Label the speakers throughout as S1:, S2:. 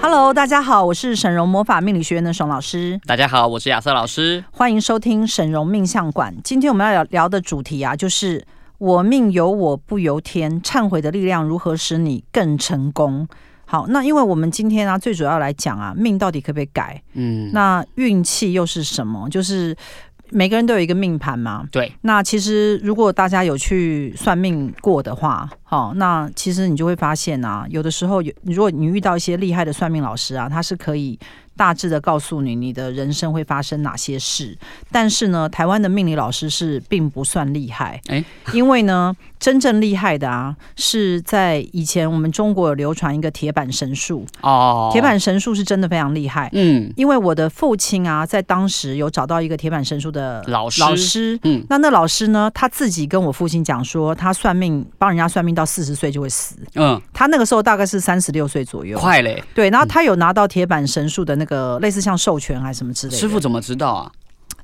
S1: Hello，大家好，我是沈荣魔法命理学院的沈老师，
S2: 大家好，我是亚瑟老师。
S1: 欢迎收听沈荣命相馆。今天我们要聊聊的主题啊，就是“我命由我不由天”，忏悔的力量如何使你更成功。好，那因为我们今天啊，最主要来讲啊，命到底可不可以改？
S2: 嗯，
S1: 那运气又是什么？就是每个人都有一个命盘嘛。
S2: 对，
S1: 那其实如果大家有去算命过的话，好，那其实你就会发现啊，有的时候有，如果你遇到一些厉害的算命老师啊，他是可以大致的告诉你你的人生会发生哪些事。但是呢，台湾的命理老师是并不算厉害，
S2: 哎
S1: 因为呢，真正厉害的啊，是在以前我们中国有流传一个铁板神术，
S2: 哦，
S1: 铁，板神术是真的非常厉害。
S2: 嗯
S1: 因为我的父亲啊，在当时有找到一个铁板神术的
S2: 老师
S1: 老师，
S2: 嗯，
S1: 那那老师呢，他自己跟我父亲讲说，他算命帮人家算命到四十岁就会死，
S2: 嗯，
S1: 他那个时候大概是三十六岁左右。
S2: 快嘞，
S1: 对，然后他有拿到铁板神术的那个类似像授权还是什么之类的。
S2: 师傅怎么知道啊？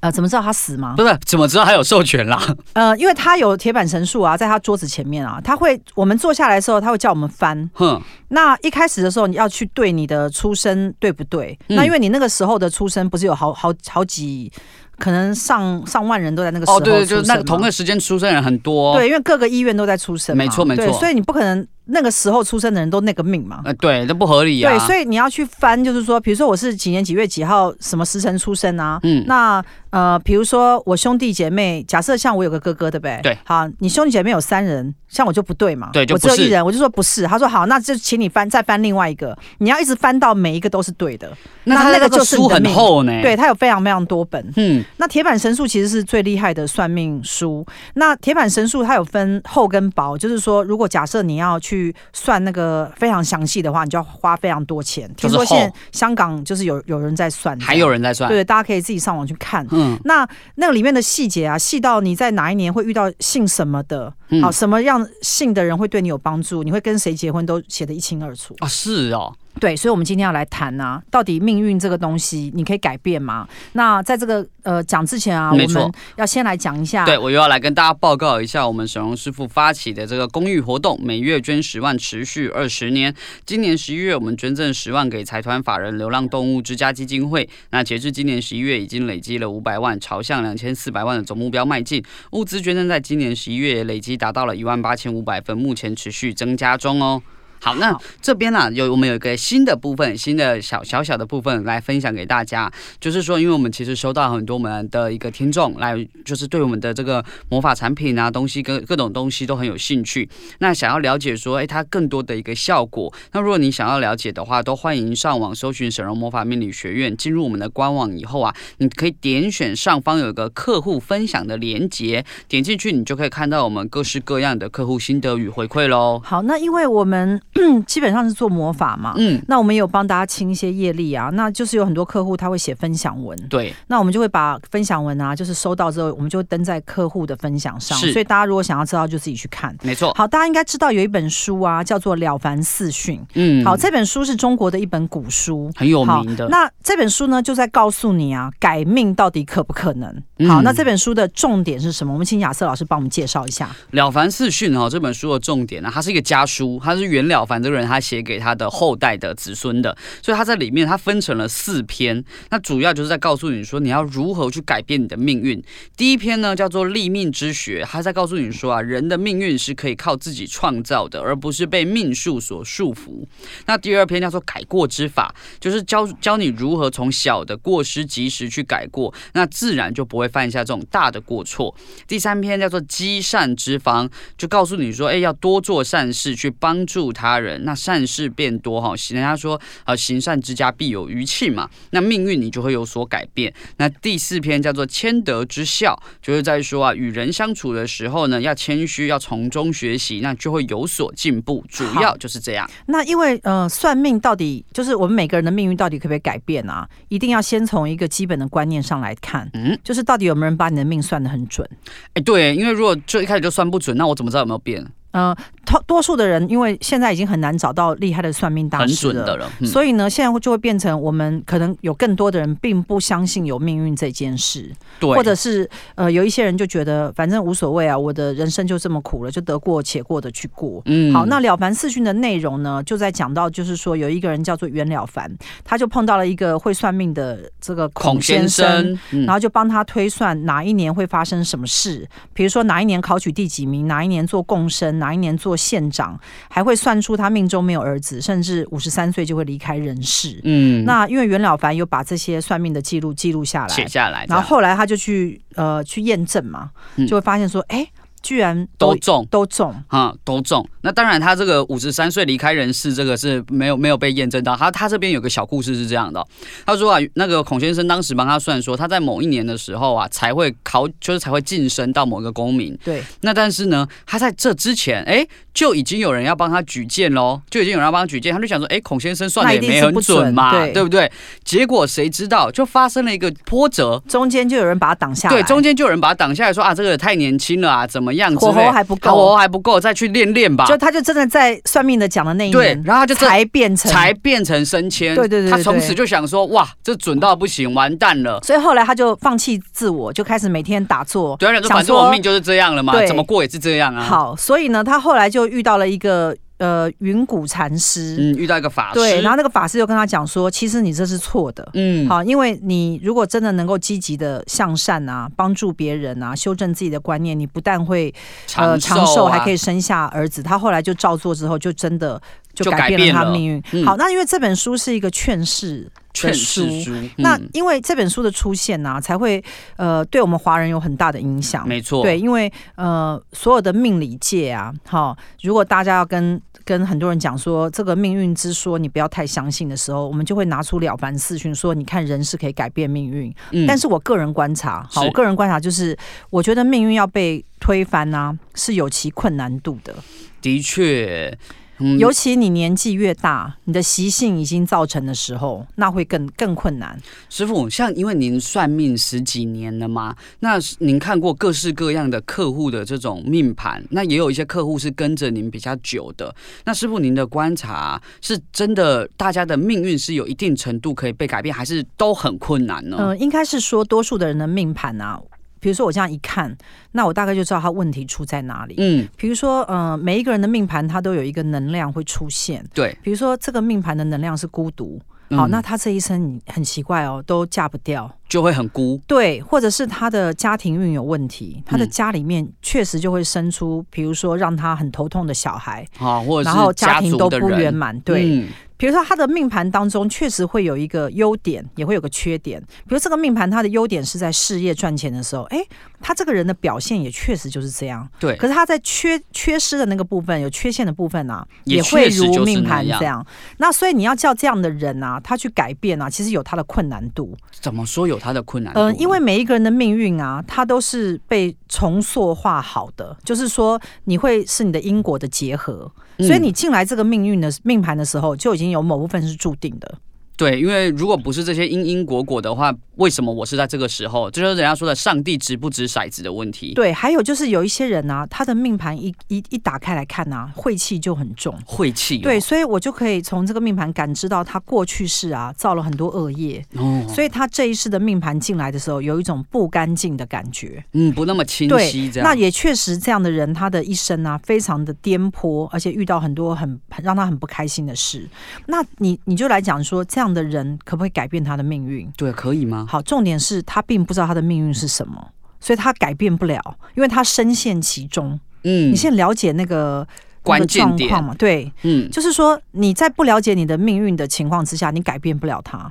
S1: 呃，怎么知道他死吗？
S2: 不是，怎么知道他有授权啦？
S1: 呃，因为他有铁板神术啊，在他桌子前面啊，他会我们坐下来的时候，他会叫我们翻。
S2: 哼，
S1: 那一开始的时候，你要去对你的出身对不对？
S2: 嗯
S1: 那因为你那个时候的出生不是有好好好几，可能上上万人都在那个时候
S2: 哦，
S1: 出生
S2: 对对，就是那个
S1: 嘛
S2: 同个时间出生的人很多，，
S1: 对，因为各个医院都在出生嘛，
S2: 没错没错
S1: 对所以你不可能那个时候出生的人都那个命嘛。
S2: 呃，对，这不合理啊。
S1: 对，所以你要去翻，就是说，比如说我是几年几月几号什么时辰出生啊？
S2: 嗯，
S1: 那呃，比如说我兄弟姐妹，假设像我有个哥哥，对不对？
S2: 对。
S1: 好，你兄弟姐妹有三人，像我就不对嘛。
S2: 对就
S1: 我只有
S2: 不是
S1: 一人，我就说不是。他说好，那就请你翻，再翻另外一个。你要一直翻到每一个都是对的。
S2: 那他
S1: 那那个
S2: 那个
S1: 就是你
S2: 书
S1: 的
S2: 很
S1: 命
S2: 厚呢。
S1: 对，，他有非常非常多本。
S2: 嗯，
S1: 那铁板神术其实是最厉害的算命书。那铁板神术它有分厚跟薄，就是说，如果假设你要去算那个非常详细的话，你就要花非常多钱。
S2: 就
S1: 听
S2: 是
S1: 说
S2: 厚
S1: 现在香港就是有有人在算，
S2: 还有人在算，
S1: 对，大家可以自己上网去看。
S2: 嗯
S1: 那那个里面的细节啊，细到你在哪一年会遇到姓什么的，
S2: 嗯，
S1: 好，什么样姓的人会对你有帮助，你会跟谁结婚都写得一清二楚。
S2: 哦，是哦，
S1: 对，所以，我们今天要来谈啊，到底命运这个东西，你可以改变吗？那在这个呃讲之前啊，我
S2: 没错
S1: 们要先来讲一下，
S2: 对，我又要来跟大家报告一下，我们沈荣师傅发起的这个公益活动，每月捐十万，持续二十年。今年十一月，我们捐赠十万给财团法人流浪动物之家基金会。那截至今年十一月，已经累积了五百万，朝向两千四百万的总目标迈进。物资捐赠在今年十一月也累积达到了一万八千五百份，目前持续增加中哦。好，那这边呢、有我们有一个新的部分，新的小小小的部分来分享给大家，就是说，因为我们其实收到很多我们的一个听众来，就是对我们的这个魔法产品啊东西跟各种东西都很有兴趣，那想要了解说，哎，它更多的一个效果，那如果你想要了解的话，都欢迎上网搜寻沈荣魔法命理学院，进入我们的官网以后啊，你可以点选上方有一个客户分享的连接，点进去你就可以看到我们各式各样的客户心得与回馈喽。
S1: 好，那因为我们 基本上是做魔法嘛，
S2: 嗯，
S1: 那我们有帮大家清一些业力啊，那就是有很多客户他会写分享文，
S2: 对，
S1: 那我们就会把分享文啊，就是收到之后，我们就会登在客户的分享上，
S2: 是
S1: 所以大家如果想要知道，就自己去看。
S2: 没错，
S1: 好，大家应该知道有一本书啊，叫做《了凡四训》。
S2: 嗯，
S1: 好，这本书是中国的一本古书。
S2: 很有
S1: 好
S2: 名的，，
S1: 那这本书呢，就在告诉你啊，改命到底可不可能？好，
S2: 嗯
S1: 那这本书的重点是什么？我们请亚瑟老师帮我们介绍一下。
S2: 《了凡四训》哈哦这本书的重点呢，它是一个家书，它是袁了凡这个人他写给他的后代的子孙的，所以他在里面他分成了四篇，那主要就是在告诉你说你要如何去改变你的命运。第一篇呢叫做立命之学，他在告诉你说啊，人的命运是可以靠自己创造的，而不是被命数所束缚。那第二篇叫做改过之法，就是教教你如何从小的过失及时去改过，那自然就不会犯下这种大的过错。第三篇叫做积善之方，就告诉你说，哎，要多做善事去帮助他他人，那善事变多哈。人家说呃，行善之家必有余庆嘛，那命运你就会有所改变。那第四篇叫做谦德之孝，就是在说啊，与人相处的时候呢，要谦虚，要从中学习，那就会有所进步。主要就是这样。
S1: 那因为呃，算命到底就是我们每个人的命运到底可不可以改变啊？一定要先从一个基本的观念上来看，
S2: 嗯
S1: 嗯，就是到底有没有人把你的命算得很准？
S2: 哎，对，因为如果就一开始就算不准，那我怎么知道有没有变？
S1: 呃，多多数的人因为现在已经很难找到厉害的算命大
S2: 很
S1: 师
S2: 准
S1: 了
S2: 的人，嗯、
S1: 所以呢，现在就会变成我们可能有更多的人并不相信有命运这件事，
S2: 对，
S1: 或者是呃，有一些人就觉得反正无所谓啊，我的人生就这么苦了，就得过且过的去过。
S2: 嗯
S1: 好，那了凡四训的内容呢，就在讲到，就是说有一个人叫做袁了凡，他就碰到了一个会算命的这个
S2: 孔
S1: 先
S2: 先生，嗯
S1: 然后就帮他推算哪一年会发生什么事，比如说哪一年考取第几名，哪一年做共生，哪一年做县长，还会算出他命中没有儿子，甚至五十三岁就会离开人世。
S2: 嗯
S1: 那因为袁了凡有把这些算命的记录记录下
S2: 写
S1: 来，
S2: 下来这样，
S1: 然后后来他就去呃去验证嘛
S2: 嗯，
S1: 就会发现说，哎、居然
S2: 都
S1: 都
S2: 中。
S1: 都中。
S2: 啊、都中。那当然，他这个五十三岁离开人世，这个是没有没有被验证到。他他这边有个小故事是这样的哦、他说啊，那个孔先生当时帮他算说，他在某一年的时候啊，才会考，就是才会晋升到某一个功名。
S1: 对，
S2: 那但是呢，他在这之前，哎，就已经有人要帮他举荐喽，就已经有人要帮他举荐，他就想说，哎，孔先生算的也没很准嘛，
S1: 那一定是不准对
S2: 不对？结果谁知道就发生了一个波折，
S1: 中间就有人把他挡下来，
S2: 对，中间就有人把他挡下来说啊，这个太年轻了啊，怎么样之
S1: 火
S2: 类，
S1: 候还不
S2: 火候
S1: 够，
S2: 还不够，再去练练吧。
S1: 就他就真的在算命的讲的那一
S2: 对
S1: 年，，
S2: 然后他就这
S1: 才变成
S2: 才变成升迁，
S1: 对对对对
S2: 他从此就想说，哇，这准到不行，完蛋了。
S1: 所以后来他就放弃自我，就开始每天打坐。
S2: 对啊，想说
S1: 想
S2: 反正
S1: 说
S2: 我命就是这样了嘛，
S1: 对
S2: 怎么过也是这样啊。，
S1: 好，所以呢，他后来就遇到了一个呃云谷禅师，
S2: 嗯，遇到一个法师，
S1: 对，然后那个法师就跟他讲说，其实你这是错的。
S2: 嗯，
S1: 好，因为你如果真的能够积极的向善啊，帮助别人啊，修正自己的观念，你不但会
S2: 嗯长
S1: 呃
S2: 啊
S1: 长寿，还可
S2: 以，
S1: 以生下儿子。他后来就照做之后，就真的
S2: 就
S1: 就
S2: 改
S1: 改变了
S2: 变
S1: 他
S2: 了
S1: 命运。
S2: 嗯
S1: 好，那因为这本书是一个劝世
S2: 劝
S1: 的
S2: 世
S1: 书，
S2: 书，
S1: 那
S2: 嗯
S1: 因为这本书的出现呢、才会呃对我们华人有很大的影响。
S2: 没错，
S1: 对，因为呃所有的命理界啊，哈，如果大家要跟跟很多人讲说这个命运之说，你不要太相信的时候，我们就会拿出了凡四训说，你看人是可以改变命运。
S2: 嗯，
S1: 但是我个人观察，好，
S2: 是
S1: 我个人观察就是，我觉得命运要被推翻啊，是有其困难度的。
S2: 的确，嗯
S1: 尤其你年纪越大，你的习性已经造成的时候，那会更更困难。
S2: 师傅，像因为您算命十几年了嘛，那您看过各式各样的客户的这种命盘，那也有一些客户是跟着您比较久的。那师傅，您的观察是真的，大家的命运是有一定程度可以被改变，还是都很困难呢？
S1: 嗯、应该是说多数的人的命盘啊，比如说我这样一看，那我大概就知道他问题出在哪里。
S2: 嗯，
S1: 比如说，嗯、每一个人的命盘它都有一个能量会出现。
S2: 对，
S1: 比如说，这个命盘的能量是孤独，好，
S2: 嗯
S1: 那他这一生你很奇怪哦，都嫁不掉，
S2: 就会很孤，
S1: 对，或者是他的家庭运有问题，他的
S2: 嗯
S1: 家里面确实就会生出，比如说让他很头痛的小孩，
S2: 啊，或者
S1: 然
S2: 是
S1: 后
S2: 家
S1: 家庭
S2: 族
S1: 都
S2: 的
S1: 不圆
S2: 人，
S1: 满，对，
S2: 嗯
S1: 比如说他的命盘当中确实会有一个优点，也会有个缺点。比如这个命盘，他的优点是在事业赚钱的时候，诶，他这个人的表现也确实就是这样。
S2: 对，
S1: 可是他在缺缺失的那个部分，有缺陷的部分啊，
S2: 也
S1: 会
S2: 确实就是
S1: 如命盘
S2: 那样
S1: 这样。那所以你要叫这样的人啊，他去改变啊，其实有他的困难度。
S2: 怎么说有他的困难度呢？
S1: 嗯、因为每一个人的命运啊，它都是被重塑化好的，就是说你会是你的因果的结合，所以
S2: 嗯
S1: 你进来这个命运的命盘的时候，就已经有某部分是注定的。
S2: 对，因为如果不是这些因因果果的话，为什么我是在这个时候？这就是人家说的上帝掷不掷骰子的问题。
S1: 对，还有就是有一些人啊，他的命盘一一一打开来看啊，晦气就很重。
S2: 晦气、哦。
S1: 对，所以我就可以从这个命盘感知到他过去世啊造了很多恶业，
S2: 哦，
S1: 所以他这一世的命盘进来的时候有一种不干净的感觉。
S2: 嗯，不那么清晰，
S1: 对，
S2: 这
S1: 那
S2: 样。
S1: 也确实这样的人，他的一生啊非常的颠簸，而且遇到很多很很让他很不开心的事。那你你就来讲说，这样的人可不可以改变他的命运？
S2: 对，可以吗？
S1: 好，重点是他并不知道他的命运是什么，所以他改变不了，因为他深陷其中。
S2: 嗯，
S1: 你现在了解那个
S2: 关键
S1: 那个状况
S2: 点，
S1: 嘛？对，
S2: 嗯，
S1: 就是说你在不了解你的命运的情况之下，你改变不了它。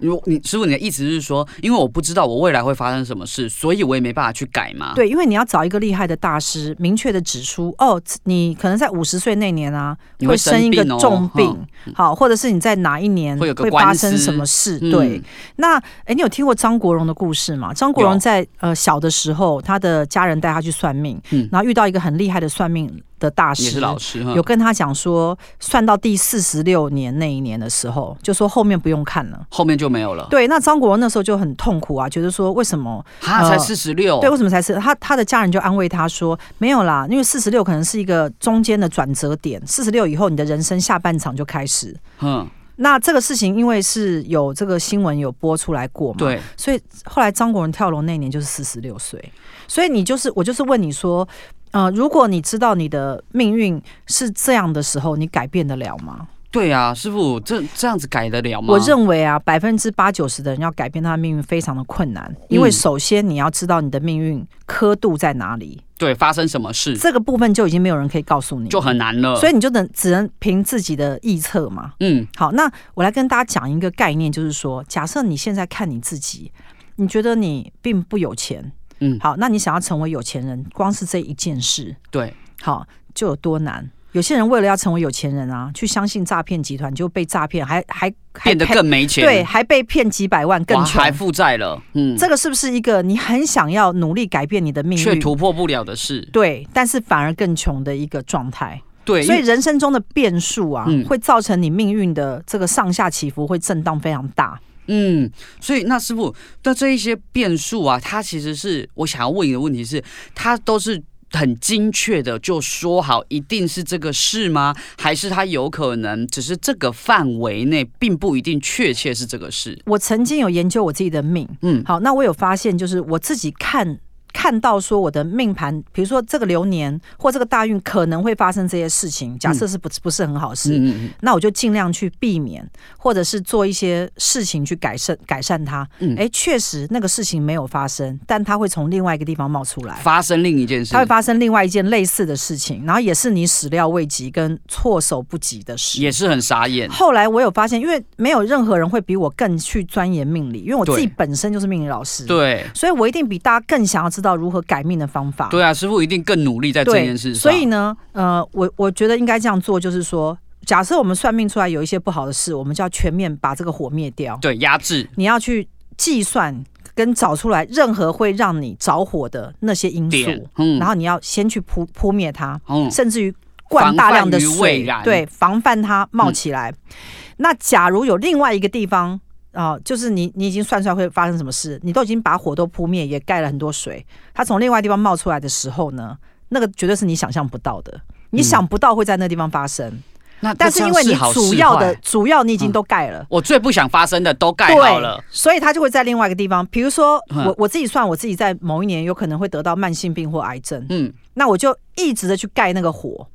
S2: 如果你师傅，你的意思是说，因为我不知道我未来会发生什么事，所以我也没办法去改吗？，
S1: 对，因为你要找一个厉害的大师，明确的指出哦，你可能在五十岁那年啊，
S2: 你
S1: 会
S2: 会
S1: 生一个
S2: 生病哦
S1: 重病，
S2: 嗯
S1: 好，或者是你在哪一年
S2: 会有个
S1: 发
S2: 官司
S1: 生什么事？
S2: 嗯
S1: 对，那哎，你有听过张国荣的故事吗？张国荣
S2: 有
S1: 在呃小的时候，他的家人带他去算命，
S2: 嗯
S1: 然后遇到一个很厉害的算命的大师，
S2: 也是老师嗯哈
S1: 有。跟他讲说，算到第四十六年那一年的时候，就说后面不用看了。
S2: 后面就没有了，
S1: 对，那张国荣那时候就很痛苦啊，觉得说为什么
S2: 哈，才
S1: 呃
S2: 四十六，
S1: 对，为什么才是他？他的家人就安慰他说：“没有啦，因为四十六可能是一个中间的转折点，四十六以后你的人生下半场就开始。
S2: 嗯，”
S1: 那这个事情因为是有这个新闻有播出来过嘛，，
S2: 对，
S1: 所以后来张国荣跳楼那年就是四十六岁，所以你就是我就是问你说，呃，如果你知道你的命运是这样的时候，你改变得了吗？
S2: 对啊，师傅，这这样子改得了吗？
S1: 我认为啊，百分之八九十的人要改变他的命运非常的困难，因为
S2: 嗯
S1: 首先你要知道你的命运刻度在哪里，
S2: 对发生什么事
S1: 这个部分就已经没有人可以告诉你，
S2: 就很呃难了，
S1: 所
S2: 以
S1: 以你就能只能凭自己的臆测嘛。
S2: 嗯，
S1: 好，那我来跟大家讲一个概念，就是说，假设你现在看你自己，你觉得你并不有钱，
S2: 嗯
S1: 好，那你想要成为有钱人，光是这一件事，
S2: 对，
S1: 好就有多难。有些人为了要成为有钱人啊，去相信诈骗集团，就被诈骗，还还还
S2: 变得
S1: 骗
S2: 更没钱，
S1: 对，还被骗几百万，更
S2: 哇
S1: 穷
S2: 还。负债了，嗯，
S1: 这个是不是一个你很想要努力改变你的命
S2: 却
S1: 运？
S2: 突破不了的事，
S1: 对，但是反而更穷的一个状态。
S2: 对，
S1: 所以
S2: 因为
S1: 人生中的变数啊，
S2: 嗯
S1: 会造成你命运的这个上下起伏会震荡非常大。
S2: 嗯，所以那师傅，那这一些变数啊，它其实是我想要问你的问题是，它都是。很精确的就说好，一定是这个事吗？还是它有可能只是这个范围内，并不一定确切是这个事？
S1: 我曾经有研究我自己的命，
S2: 嗯，
S1: 好，那我有发现，就是我自己看看到说我的命盘，比如说这个流年或这个大运可能会发生这些事情，假设是不不是很好的事，
S2: 嗯嗯
S1: 那我就尽量去避免，或者是做一些事情去改善改善它。
S2: 嗯
S1: 诶，确实那个事情没有发生，但它会从另外一个地方冒出来
S2: 嗯，。发生另一件事
S1: 它，会发生另外一件类似的事情，然后也是你始料未及跟措手不及的事。
S2: 也是很傻眼。
S1: 后来我有发现，因为没有任何人会比我更去钻研命理，因为我自己
S2: 对
S1: 本身就是命理老师，，
S2: 对
S1: 所以我一定比大家更想要知道如何改命的方法。
S2: 对啊，师傅一定更努力在这
S1: 对，
S2: 件事上。
S1: 所以呢，呃，我我觉得应该这样做，就是说，假设我们算命出来有一些不好的事，我们就要全面把这个火灭掉。
S2: 对压制，
S1: 你要去计算跟找出来任何会让你着火的那些因素
S2: 点，嗯
S1: 然后你要先去扑扑灭它。
S2: 嗯
S1: 甚至于灌大量的
S2: 防范于未
S1: 水
S2: 然，嗯
S1: 对，防范它冒起来。那假如有另外一个地方啊、就是你你已经算出来会发生什么事，你都已经把火都扑灭，也盖了很多水，它从另外地方冒出来的时候呢，那个绝对是你想象不到的。你想不到会在那地方发生，
S2: 嗯那
S1: 但
S2: 那这
S1: 是
S2: 样
S1: 因为你
S2: 好
S1: 主
S2: 是
S1: 要
S2: 坏
S1: 的主要你已经
S2: 嗯
S1: 都盖了，
S2: 我最不想发生的都盖好了，
S1: 所以它就会在另外一个地方。比如说，
S2: 嗯
S1: 我我自己算，我自己在某一年有可能会得到慢性病或癌症，
S2: 嗯，
S1: 那我就一直的去盖那个火，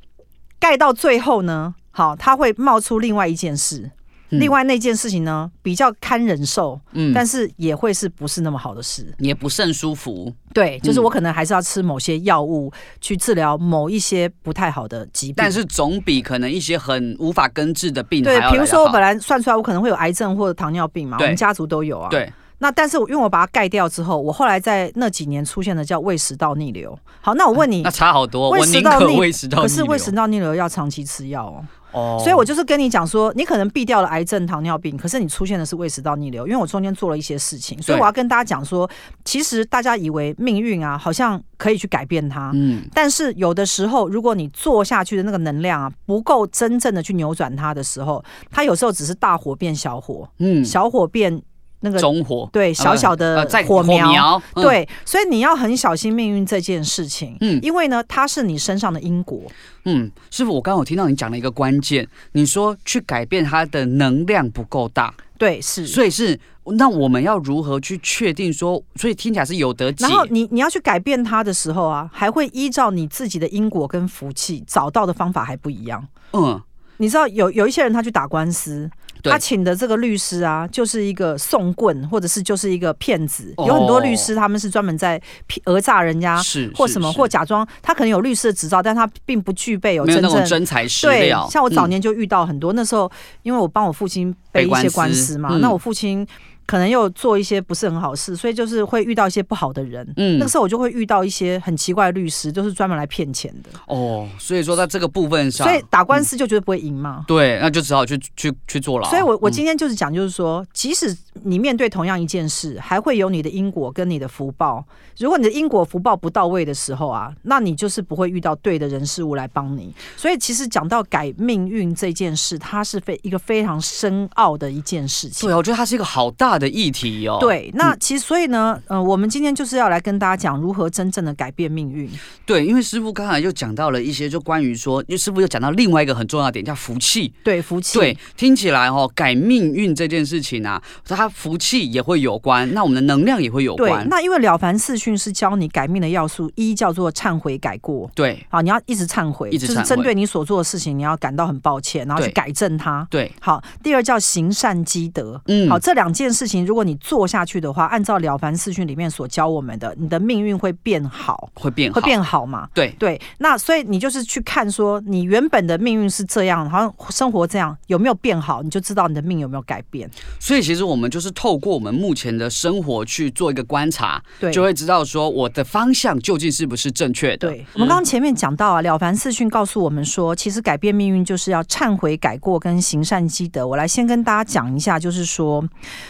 S1: 盖到最后呢，好，它会冒出另外一件事，
S2: 嗯
S1: 另外那件事情呢比较堪忍受，
S2: 嗯，
S1: 但是也会是不是那么好的事。
S2: 也不甚舒服，
S1: 对，就是
S2: 嗯
S1: 我可能还是要吃某些药物去治疗某一些不太好的疾病。
S2: 但是总比可能一些很无法根治的病还
S1: 对
S2: 要来，
S1: 比
S2: 得
S1: 如说我
S2: 好
S1: 本来算出来我可能会有癌症或者糖尿病嘛，我
S2: 对
S1: 们家族都有啊。。
S2: 对
S1: 那但是我因为我把它盖掉之后，我后来在那几年出现的叫胃食道逆流。好，那我问你
S2: 那，差好多，
S1: 胃
S2: 我
S1: 食
S2: 宁
S1: 道
S2: 可
S1: 逆
S2: 胃食道逆哦
S1: 可
S2: 流，
S1: 是胃食道逆流要长期吃药哦。
S2: 哦
S1: 所以我就是跟你讲说，你可能避掉了癌症、糖尿病，可是你出现的是胃食道逆流，因为我中间做了一些事情，所以我要跟大家讲说，其实大家以为命运啊，好像可以去改变它。
S2: 嗯
S1: 但是有的时候，如果你做下去的那个能量啊不够真正的去扭转它的时候，它有时候只是大火变小火，
S2: 嗯
S1: 小火变那个
S2: 中火
S1: 对小小
S2: 呃
S1: 的
S2: 在
S1: 火苗，
S2: 苗嗯
S1: 对，所以你要很小心命运这件事情，
S2: 嗯
S1: 因为呢，它是你身上的因果，
S2: 嗯，师傅，我刚刚有听到你讲了一个关键，你说去改变它的能量不够大，
S1: 对，是。
S2: 所以是那我们要如何去确定说？所以听起来是有得解
S1: 然，后你你要去改变它的时候啊，还会依照你自己的因果跟福气找到的方法还不一样。
S2: 嗯，
S1: 你知道有有一些人他去打官司，
S2: 对
S1: 他请的这个律师啊，就是一个送棍，或者是就是一个骗子。
S2: 哦
S1: 有很多律师他们是专门在骗讹诈人家
S2: 是
S1: 啊或什么，或假装他可能有律师的执照，但他并不具备有
S2: 没有
S1: 真
S2: 那种
S1: 正。
S2: 真材实
S1: 对
S2: 料，，
S1: 像我早
S2: 嗯
S1: 年就遇到很多，那时候因为我帮我父亲背一些官司嘛，
S2: 背官司嗯
S1: 那我父亲可能又做一些不是很好事，所以就是会遇到一些不好的人。
S2: 嗯
S1: 那个时候我就会遇到一些很奇怪的律师，就是专门来骗钱的，
S2: 哦，所以说在这个部分上，
S1: 所以打官司就觉得不会赢嘛。
S2: 对，那就只好去去去坐牢。
S1: 所以我，我
S2: 嗯
S1: 今天就是讲，就是说，即使你面对同样一件事，还会有你的因果跟你的福报。如果你的因果福报不到位的时候啊，那你就是不会遇到对的人事物来帮你。所以，其实讲到改命运这件事，它是非一个非常深奥的一件事情
S2: 对。啊，我觉得它是一个好大的议题哦。
S1: 对，那其实所以呢，呃，我们今天就是要来跟大家讲如何真正的改变命运。
S2: 对，因为师傅刚才又讲到了一些，就关于说，因为师傅又讲到另外一个很重要的点，叫福气。
S1: 对，福气。
S2: 对，听起来哦，改命运这件事情啊，它福气也会有关，那我们的能量也会有
S1: 对
S2: 关。
S1: 那因为了凡四训是教你改命的要素，一叫做忏悔改过。
S2: 对
S1: 好，你要一直忏悔，
S2: 一直
S1: 就是
S2: 忏
S1: 针
S2: 悔
S1: 对你所做的事情，你要感到很抱歉，然后去
S2: 对
S1: 改正它。
S2: 对，
S1: 好，第二叫行善积德。
S2: 嗯，
S1: 好，这两件事情，如果你做下去的话，按照了凡四训里面所教我们的，你的命运会变好，
S2: 会变好，
S1: 会变好嘛？
S2: 对
S1: 对，那所以你就是去看说，你原本的命运是这样，好像生活这样有没有变好，你就知道你的命有没有改变。
S2: 所以其实我们就是透过我们目前的生活去做一个观察，
S1: 对，
S2: 就会知道说我的方向究竟是不是正确的。
S1: 对，我们刚刚前面讲到啊，了凡四训告诉我们说，其实改变命运就是要忏悔、改过跟行善积德。我来先跟大家讲一下，就是说，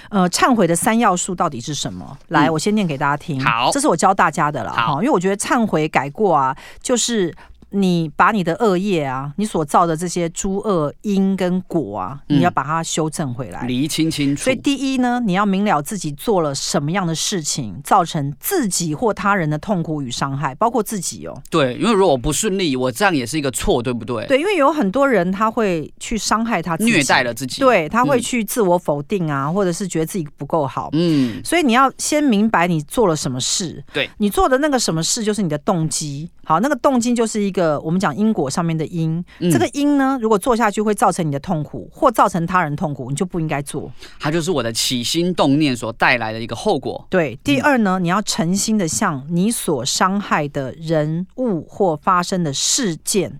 S1: 呃，忏悔的三要素到底是什么？来，
S2: 嗯
S1: 我先念给大家听。
S2: 好
S1: 这是我教大家的啦。
S2: 好
S1: 哈因为我觉得忏悔、改过啊，就是。你把你的恶业啊，你所造的这些诸恶因跟果啊，
S2: 嗯
S1: 你要把它修正回来。
S2: 厘清清楚
S1: 所以，第一呢，你要明了自己做了什么样的事情，造成自己或他人的痛苦与伤害，包括自己哦。
S2: 对，因为如果我不顺利，我这样也是一个错，对不对？，
S1: 对，因为有很多人他会去伤害他自己，
S2: 虐待了自己。，
S1: 对，他会
S2: 嗯
S1: 去自我否定啊，或者是觉得自己不够好。
S2: 嗯，
S1: 所以你要先明白你做了什么事，
S2: 对
S1: 你做的那个什么事就是你的动机。好，那个动机就是一个我们讲因果上面的因，
S2: 嗯
S1: 这个因呢，如果做下去会造成你的痛苦或造成他人痛苦，你就不应该做。
S2: 它就是我的起心动念所带来的一个后果。
S1: 对，第二呢，你要诚心的向你所伤害的人物或发生的事件，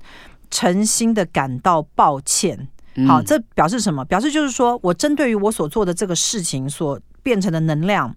S1: 诚心的感到抱歉。
S2: 嗯
S1: 好，这表示什么？表示就是说我针对于我所做的这个事情所变成的能量，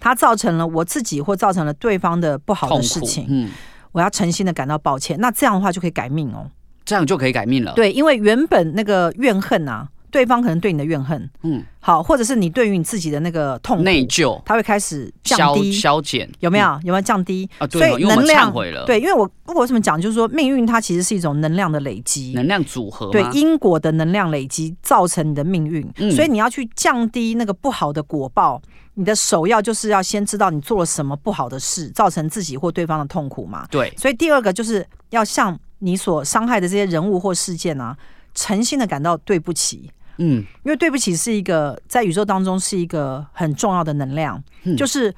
S1: 它造成了我自己或造成了对方的不好
S2: 痛
S1: 的
S2: 苦
S1: 事情，
S2: 嗯，
S1: 我要诚心的感到抱歉。那这样的话就可以改命哦。
S2: 这样就可以改命了。，
S1: 对，因为原本那个怨恨啊，对方可能对你的怨恨，
S2: 嗯，
S1: 好，或者是你对于你自己的那个痛苦，
S2: 内疚、
S1: 它会开始降
S2: 消
S1: 低，
S2: 消减
S1: 有没有
S2: 嗯？
S1: 有没有降低？
S2: 啊？对哦，
S1: 所以
S2: 因为我
S1: 能
S2: 们
S1: 量
S2: 忏悔了，，
S1: 对，因为我我为什么讲，就是说命运它其实是一种能量的累积。
S2: 嗯能量组合嘛
S1: 对因果的能量累积造成你的命运，
S2: 嗯
S1: 所以你要去降低那个不好的果报。你的首要就是要先知道你做了什么不好的事，造成自己或对方的痛苦嘛。
S2: 对，
S1: 所以第二个就是要向你所伤害的这些人物或事件啊，诚心的感到对不起，
S2: 嗯，
S1: 因为对不起是一个在宇宙当中是一个很重要的能量，
S2: 嗯
S1: 就是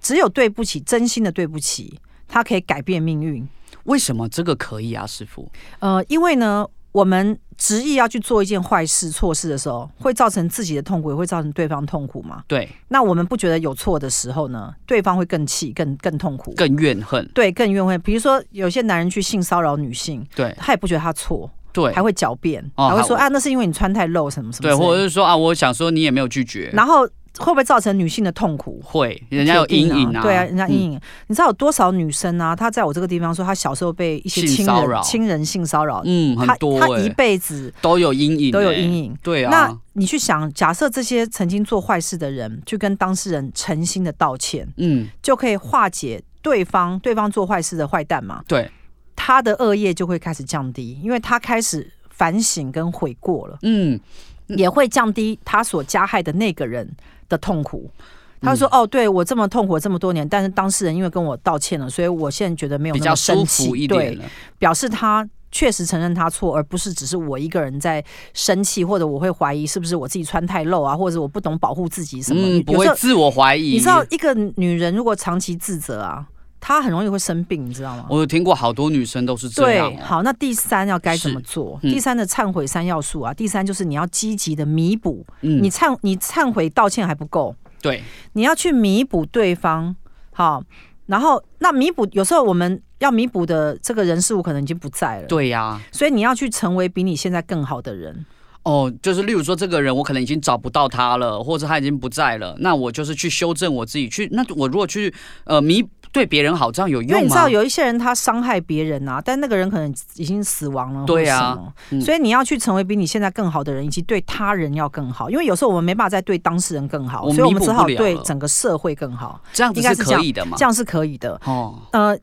S1: 只有对不起，真心的对不起，它可以改变命运。
S2: 为什么这个可以啊，师傅？
S1: 呃，因为呢，我们执意要去做一件坏事、错事的时候，会造成自己的痛苦，也会造成对方痛苦嘛。
S2: 对，
S1: 那我们不觉得有错的时候呢，对方会更气、更更痛苦，
S2: 更怨恨，
S1: 对，更怨恨。比如说，有些男人去性骚扰女性，
S2: 对
S1: 他也不觉得他错，
S2: 对
S1: 还会狡辩，
S2: 哦
S1: 还会说
S2: 还
S1: 啊，那是因为你穿太露什么什么之类的，
S2: 对，或者是说啊，我想说你也没有拒绝，
S1: 然后会不会造成女性的痛苦？
S2: 会人家有
S1: 铁
S2: 阴
S1: 定
S2: 影啊，
S1: 对啊，人家
S2: 嗯
S1: 阴影。你知道有多少女生啊？她在我这个地方说，她小时候被一些
S2: 性
S1: 亲
S2: 骚扰
S1: 人、亲人性骚扰，
S2: 嗯，
S1: 她
S2: 很多
S1: 她一
S2: 欸
S1: 辈子
S2: 都有阴影，欸
S1: 都有阴，影。
S2: 对
S1: 那
S2: 啊，
S1: 你去想，假设这些曾经做坏事的人去跟当事人诚心的道歉，
S2: 嗯，
S1: 就可以化解对方对方做坏事的坏蛋嘛？
S2: 对，
S1: 他的恶业就会开始降低，因为他开始反省跟悔过了，
S2: 嗯，
S1: 也会降低他所加害的那个人的痛苦。
S2: 嗯
S1: 他说：“哦，对我这么痛苦了这么多年，但是当事人因为跟我道歉了，所以我现在觉得没有
S2: 比
S1: 那
S2: 较
S1: 么
S2: 舒
S1: 生气
S2: 服，一
S1: 对
S2: 点，了，
S1: 表示他确实承认他错，而不是只是我一个人在生气，或者我会怀疑是不是我自己穿太露啊，或者我不懂保护自己什么。
S2: 嗯，不
S1: 有时
S2: 会
S1: 候
S2: 自我怀疑。
S1: 你知道，一个女人如果长期自责啊，她很容易会生病，你知道吗？
S2: 我有听过好多女生都哦是这样
S1: 对，
S2: 哦，
S1: 好，那第三要该怎么做？
S2: 嗯
S1: 第三的忏悔三要素啊，第三就是你要积极的弥补，你
S2: 嗯，
S1: 忏你忏悔道歉还不够，
S2: 对，
S1: 你要去弥补对方，好，然后那弥补有时候我们要弥补的这个人事物可能已经不在了，
S2: 对呀、
S1: 所以你要去成为比你现在更好的人。
S2: 哦，就是例如说，这个人我可能已经找不到他了，或者他已经不在了，那我就是去修正我自己去。那我如果去呃弥对别人好，这样有
S1: 因为
S2: 用
S1: 你知道
S2: 吗？
S1: 有一些人他伤害别人啊，但那个人可能已经死亡了，
S2: 对啊
S1: 或者什么
S2: 嗯
S1: 所以你要去成为比你现在更好的人，以及对他人要更好。因为有时候我们没办法再对当事人更好，
S2: 我们
S1: 所以我们
S2: 弥
S1: 只
S2: 补
S1: 好
S2: 不了
S1: 对
S2: 了
S1: 整个社会更好，
S2: 这样子
S1: 应该是
S2: 可以的嘛
S1: 这？样是可以的。
S2: 哦，
S1: 呃，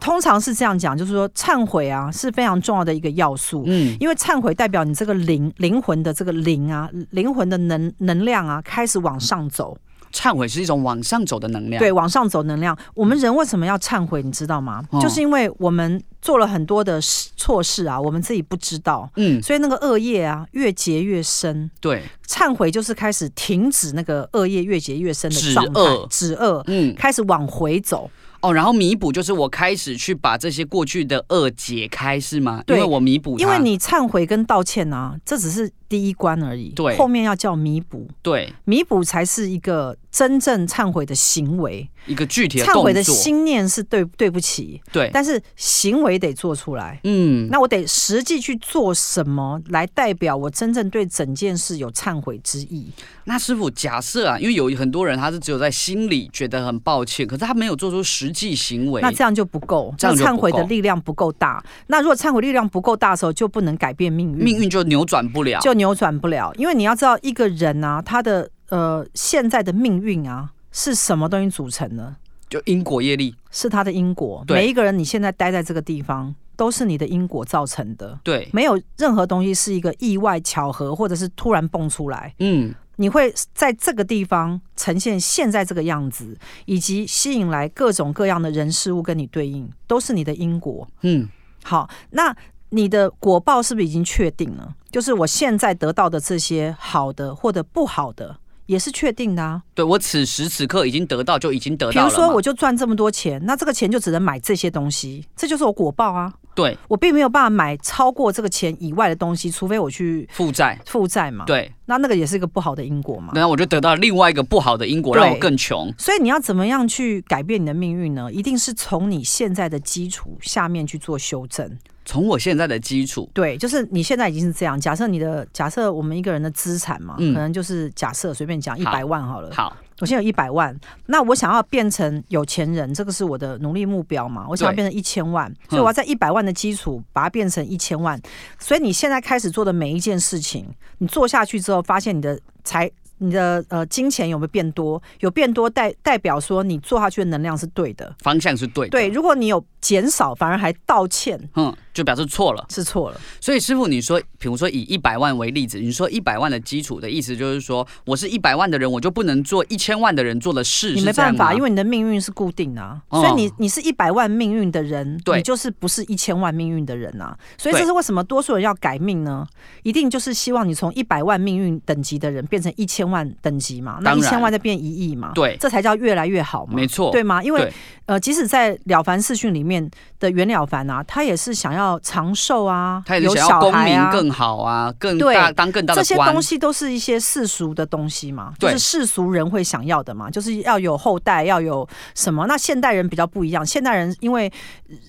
S1: 通常是这样讲，就是说忏悔啊是非常重要的一个要素。
S2: 嗯，
S1: 因为忏悔代表你这个灵灵魂的这个灵啊，灵魂的能能量啊，开始往上走，
S2: 忏悔是一种往上走的能量。嗯
S1: 对，往上走能量。我们人为什么要忏悔？你知道吗？
S2: 哦
S1: 就是因为我们做了很多的事错事啊，我们自己不知道，
S2: 嗯，
S1: 所以那个恶业啊越结越深。
S2: 对，
S1: 忏悔就是开始停止那个恶业越结越深的
S2: 止
S1: 状态
S2: 恶，
S1: 止恶，
S2: 嗯，
S1: 开始往回走。
S2: 哦，然后弥补就是我开始去把这些过去的恶解开，是吗？
S1: 对
S2: 因为我弥补它，
S1: 因为你忏悔跟道歉啊，这只是第一关而已，
S2: 对
S1: 后面要叫弥补，
S2: 对
S1: 弥补才是一个真正忏悔的行为。
S2: 一个具体的动
S1: 忏
S2: 作，
S1: 悔的心念是对对不起，
S2: 对，
S1: 但是行为得做出来。
S2: 嗯，
S1: 那我得实际去做什么来代表我真正对整件事有忏悔之意？
S2: 那师傅，假设啊，因为有很多人他是只有在心里觉得很抱歉，可是他没有做出实际行为。
S1: 那这样就不够，
S2: 这样就不
S1: 那
S2: 够
S1: 忏悔的力量不够大。那如果忏悔力量不够大的时候，就不能改变命运，
S2: 命运就扭转不了。
S1: 就扭转不了。因为你要知道，一个人啊，他的呃现在的命运啊，是什么东西组成的？
S2: 就因果业力，
S1: 是他的因果。
S2: 对
S1: 每一个人，你现在待在这个地方，都是你的因果造成的。
S2: 对，
S1: 没有任何东西是一个意外巧合，或者是突然蹦出来。
S2: 嗯，
S1: 你会在这个地方呈现现在这个样子，以及吸引来各种各样的人事物跟你对应，都是你的因果。
S2: 嗯，
S1: 好，那你的果报是不是已经确定了？就是我现在得到的这些好的或者不好的，也是确定的啊。
S2: 对我此时此刻已经得到，就已经得
S1: 比
S2: 到了
S1: 如
S2: 嘛。
S1: 说，我就赚这么多钱，那这个钱就只能买这些东西，这就是我果报啊。
S2: 对
S1: 我并没有办法买超过这个钱以外的东西，除非我去
S2: 负债，
S1: 负债嘛。，
S2: 对，
S1: 那那个也是一个不好的因果嘛。
S2: 然后我就得到另外一个不好的因果，
S1: 对
S2: 让我更穷。
S1: 所以你要怎么样去改变你的命运呢？一定是从你现在的基础下面去做修正。
S2: 从我现在的基础，
S1: 对，就是你现在已经是这样。假设你的假设我们一个人的资产嘛，
S2: 嗯
S1: 可能就是假设随便讲一百万好了。
S2: 好，
S1: 我现在有一百万，那我想要变成有钱人，这个是我的努力目标嘛？我想要
S2: 对嗯
S1: 变成一千万，所以我要在一百万的基础把它变成一千万。所以你现在开始做的每一件事情，你做下去之后，发现你的财。你的呃金钱有没有变多？有变多代代表说你做下去的能量是对的。
S2: 方向是对的。
S1: 对，，如果你有减少，反而还道歉
S2: 嗯，就表示错了。
S1: 是错了。
S2: 所以师傅，你说，比如说以一百万为例子，你说一百万的基础的意思就是说，我是一百万的人，我就不能做一千万的人做的事，
S1: 你
S2: 是
S1: 没
S2: 这样
S1: 办法，
S2: 吗
S1: 因为你的命运是固定的、啊，
S2: 哦
S1: 所以你你是一百万命运的人，
S2: 对
S1: 你就是不是一千万命运的人啊。所以
S2: 对
S1: 这是为什么多数人要改命呢？一定就是希望你从一百万命运等级的人变成一千万等级嘛，那
S2: 当
S1: 一
S2: 然
S1: 千万再变一亿嘛，
S2: 对
S1: 这才叫越来越好嘛，
S2: 没错
S1: 对吗？因为
S2: 对
S1: 呃，即使在了凡四训里面的袁了凡啊，他也是想要长寿啊，
S2: 他也
S1: 有
S2: 是想要
S1: 小
S2: 公
S1: 孩
S2: 民
S1: 啊。
S2: 更好啊，更
S1: 对
S2: 大当更大
S1: 这
S2: 的
S1: 些
S2: 官
S1: 东。西都是一些世俗的东西嘛，就
S2: 对
S1: 是世俗人会想要的嘛，就是要有后代，要有什么？那现代人比较不一样，现代人因为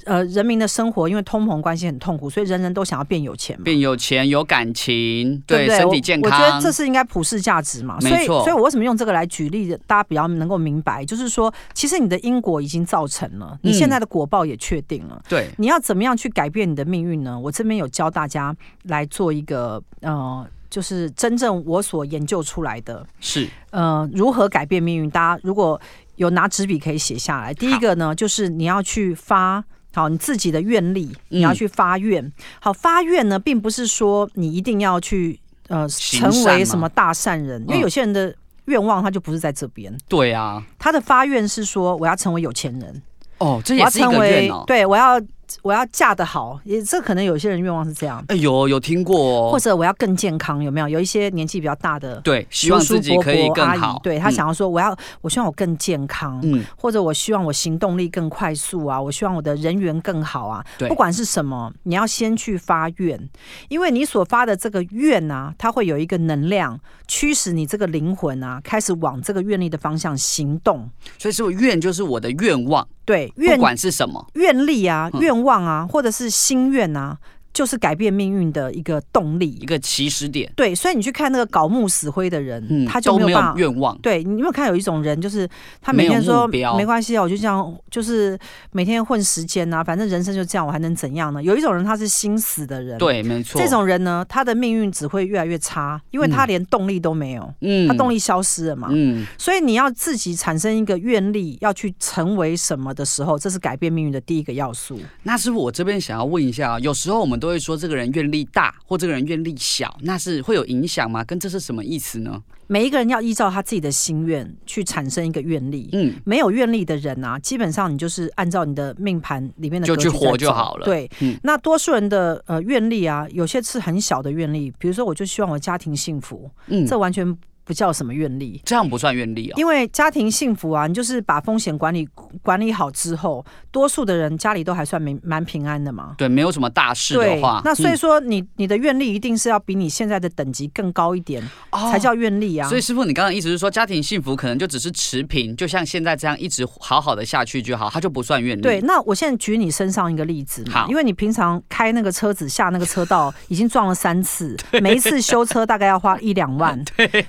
S1: 呃人民的生活因为通膨关系很痛苦，所以人人都想要变有钱嘛，
S2: 变有钱、有感情，
S1: 对不对？
S2: 身
S1: 我
S2: 体健
S1: 我
S2: 康，
S1: 觉得这是应该普世价值嘛，所
S2: 没
S1: 以
S2: 错
S1: 所以我为什么用这个来举例，大家比较能够明白，就是说其实你的因果已经造成了，你
S2: 嗯
S1: 现在的果报也确定了。
S2: 对
S1: 你要怎么样去改变你的命运呢？我这边有教大家来做一个呃，就是真正我所研究出来的
S2: 是
S1: 呃，如何改变命运？大家如果有拿纸笔可以写下来。第一个呢，就是你要去发。好，你自己的愿力，你
S2: 嗯
S1: 要去发愿。好，发愿呢，并不是说你一定要去呃
S2: 行
S1: 成
S2: 善
S1: 为
S2: 吗
S1: 什么大善人，因为
S2: 嗯
S1: 有些人的愿望他就不是在这边，
S2: 对啊，
S1: 他的发愿是说我要成为有钱人，
S2: 哦，这
S1: 我
S2: 也
S1: 要
S2: 是一
S1: 成
S2: 个
S1: 为
S2: 愿哦。
S1: 对我要我要嫁得好，也这可能有些人愿望是这样，
S2: 哎呦，有听过
S1: 或
S2: 哦，
S1: 者我要更健康，有没有？有一些年纪比较大的
S2: 对，希
S1: 叔
S2: 望
S1: 叔
S2: 自己
S1: 伯
S2: 可以
S1: 伯
S2: 更
S1: 阿
S2: 好
S1: 姨，。对他
S2: 嗯
S1: 想要说我要我希望我更健康，
S2: 嗯，
S1: 或者我希望我行动力更快速啊，我希望我的人缘更好啊。
S2: 对
S1: 不管是什么，你要先去发愿，因为你所发的这个愿啊，它会有一个能量驱使你这个灵魂啊，开始往这个愿力的方向行动。
S2: 所以说愿就是我的愿望，
S1: 对，
S2: 不
S1: 愿
S2: 管是什么，
S1: 愿力啊、
S2: 嗯
S1: 愿望啊，或者是心愿啊，就是改变命运的一个动
S2: 一
S1: 力。
S2: 个起始点，
S1: 对，所以你去看那个搞木死灰的人，
S2: 嗯，
S1: 他就
S2: 都
S1: 没
S2: 没
S1: 有办
S2: 有
S1: 法。
S2: 愿望，
S1: 对，你有没有看有一种人，就是他每天
S2: 没有
S1: 说
S2: 目标
S1: 没关系啊，我就这样，就是每天混时间呐、反正人生就这样，我还能怎样呢？有一种人他是心死的人，，
S2: 对，没错，
S1: 这种人呢，他的命运只会越来越差，因为他
S2: 嗯
S1: 连动力都没有，
S2: 嗯，
S1: 他动力消失了嘛。
S2: 嗯，
S1: 所以你要自己产生一个愿力，要去成为什么的时候，这是改变命运的第一个要素。
S2: 那师傅，我这边想要问一下啊，有时候我们都会说这个人愿力大或这个人愿力小，那是会有影响吗？跟这是什么意思呢？
S1: 每一个人要依照他自己的心愿去产生一个愿力。
S2: 嗯，
S1: 没有愿力的人啊，基本上你就是按照你的命盘里面的
S2: 就
S1: 格局
S2: 去活
S1: 在
S2: 就
S1: 走
S2: 好了
S1: 对，
S2: 嗯
S1: 那多数人的呃愿力啊，有些是很小的愿力，比如说我就希望我家庭幸福，
S2: 嗯，
S1: 这完全不叫什么愿力。
S2: 这样不算愿力哦。
S1: 因为家庭幸福啊，你就是把风险管理管理好之后，多数的人家里都还算蛮蛮平安的嘛。
S2: 对，没有什么大事的
S1: 对
S2: 话，，
S1: 那所以
S2: 嗯
S1: 说你、你的愿力一定是要比你现在的等级更高一点，
S2: 哦
S1: 才叫愿力啊。
S2: 所以师傅，你刚刚意思是说，家庭幸福可能就只是持平，就像现在这样一直好好的下去就好，它就不算愿力。
S1: 对，，那我现在举你身上一个例子嘛
S2: 嗯好，
S1: 因为你平常开那个车子下那个车道已经撞了三 次，每一次修车大概要花一两万，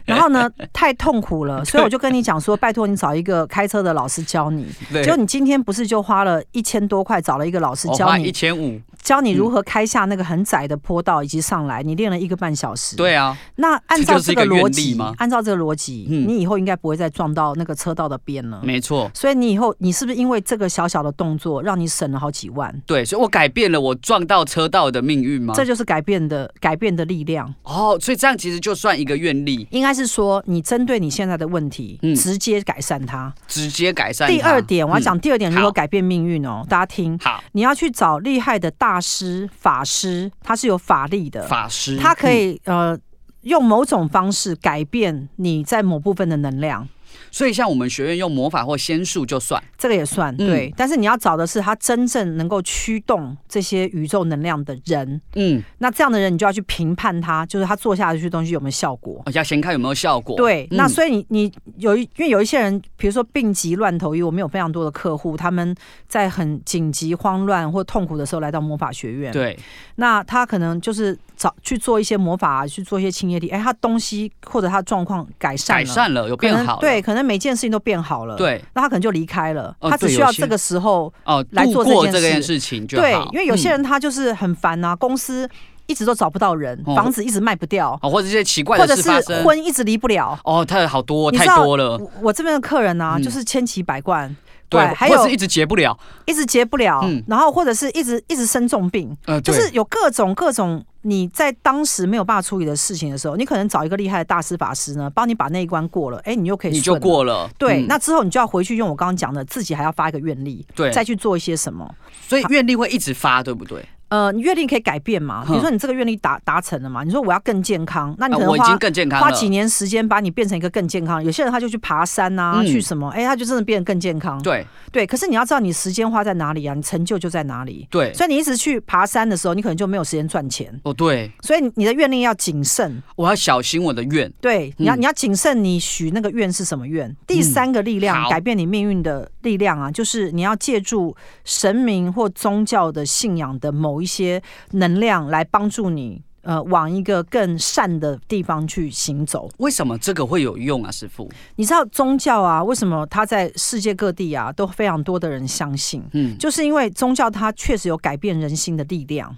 S1: 然后呢太痛苦 了，所以我就跟你讲说，拜托你找一个开车的老师教你。
S2: 对
S1: 结果你今天不是就花了一千多块找了一个老师
S2: 我
S1: 教
S2: 花一
S1: 你，
S2: 千嗯五，
S1: 教你如何开下那个很窄的坡道以及上来，你练了一个半小时。，
S2: 对啊，
S1: 那按
S2: 这
S1: 照
S2: 就是
S1: 这
S2: 一个
S1: 个逻
S2: 愿力
S1: 辑
S2: 吗，
S1: 按照这个逻辑，
S2: 嗯
S1: 你以后应该不会再撞到那个车道的边了。
S2: 没错，
S1: 所以你以后你是不是因为这个小小的动作，让你省了好几万？
S2: 对，所以我改变了我撞到车道的命运吗？
S1: 这就是改变的改变的力量，
S2: 哦，所以这样其实就算一个愿力，
S1: 应该是说你针对你现在的问题，
S2: 嗯
S1: 直接改善它。
S2: 直接改善它。
S1: 第二点，我要讲第二点如
S2: 嗯好
S1: 何改变命运哦，大家听
S2: 嗯、，好，
S1: 你要去找厉害的大师、法师，他是有法力的，
S2: 法师
S1: 他可
S2: 嗯
S1: 以、呃用某种方式改变你在某部分的能量。
S2: 嗯所以像我们学院用魔法或仙术就算，
S1: 这个也算
S2: 嗯
S1: 对，但是你要找的是他真正能够驱动这些宇宙能量的人，
S2: 嗯，
S1: 那这样的人，你就要去评判他，就是他做下去的东西有没有效果。
S2: 我要先看有没有效果。
S1: 对，
S2: 哦嗯
S1: 那所以你你有一，因为有一些人，比如说病急乱投医，我们有非常多的客户，他们在很紧急、慌乱或痛苦的时候来到魔法学院。，
S2: 对，
S1: 那他可能就是找去做一些魔法、去做一些清业力，哎，他东西或者他状况改善
S2: 改
S1: 了，
S2: 善了有
S1: 可
S2: 变
S1: 能
S2: 好了，
S1: 对，可能每件事情都变好了。，
S2: 对
S1: 那他可能就离开了，
S2: 哦
S1: 他只
S2: 对
S1: 需
S2: 有
S1: 要
S2: 些
S1: 这个时候
S2: 哦，
S1: 来
S2: 度
S1: 做这
S2: 过
S1: 件
S2: 这件
S1: 事
S2: 事情就好。
S1: 对，因为有些
S2: 嗯
S1: 人他就是很烦啊，公司一直都找不到人，
S2: 哦
S1: 房子一直卖不掉。
S2: 哦，或者这些奇怪
S1: 或者
S2: 的事
S1: 是
S2: 发生，
S1: 婚一直离不了。
S2: 哦，太好多
S1: 你
S2: 太
S1: 知道
S2: 多了，
S1: 我我这边的客人啊，
S2: 嗯
S1: 就是千奇百怪，
S2: 对，
S1: 还
S2: 或
S1: 有
S2: 是一直结不了，
S1: 一直结不了，
S2: 嗯
S1: 然后或者是一直一直生重病，
S2: 呃，
S1: 就
S2: 对
S1: 是有各种各种你在当时没有办法处理的事情的时候，你可能找一个厉害的大师法师呢，帮你把那一关过了，哎，你又可以
S2: 你
S1: 顺
S2: 就
S1: 了。
S2: 过了。
S1: 对，
S2: 嗯
S1: 那之后你就要回去用我刚刚讲的，自己还要发一个愿力，
S2: 对，
S1: 再去做一些什么。
S2: 所以愿力会一直发，对不对？
S1: 呃，你愿力可以改变嘛？
S2: 哼
S1: 比如说你这个愿力达达成了嘛？你说我要更健康，那你
S2: 啊
S1: 可能
S2: 我已
S1: 花
S2: 经更健康了，
S1: 花几年时间把你变成一个更健康。有些人他就去爬山啊，
S2: 嗯
S1: 去什么，哎、他就真的变得更健康。
S2: 对
S1: 对可是你要知道你时间花在哪里啊，你成就就在哪里。
S2: 对
S1: 所以你一直去爬山的时候，你可能就没有时间赚钱。
S2: 哦，对，
S1: 所以你的愿力要谨慎，
S2: 我要小心我的愿。
S1: 对，你要、
S2: 嗯
S1: 你要谨慎，你许那个愿是什么愿？第三个力量、
S2: 好
S1: 改变你命运的力量啊，就是你要借助神明或宗教的信仰的某一些能量来帮助你，呃，往一个更善的地方去行走。
S2: 为什么这个会有用啊，师傅？
S1: 你知道宗教啊，为什么它在世界各地啊都非常多的人相信？
S2: 嗯，
S1: 就是因为宗教它确实有改变人心的力量。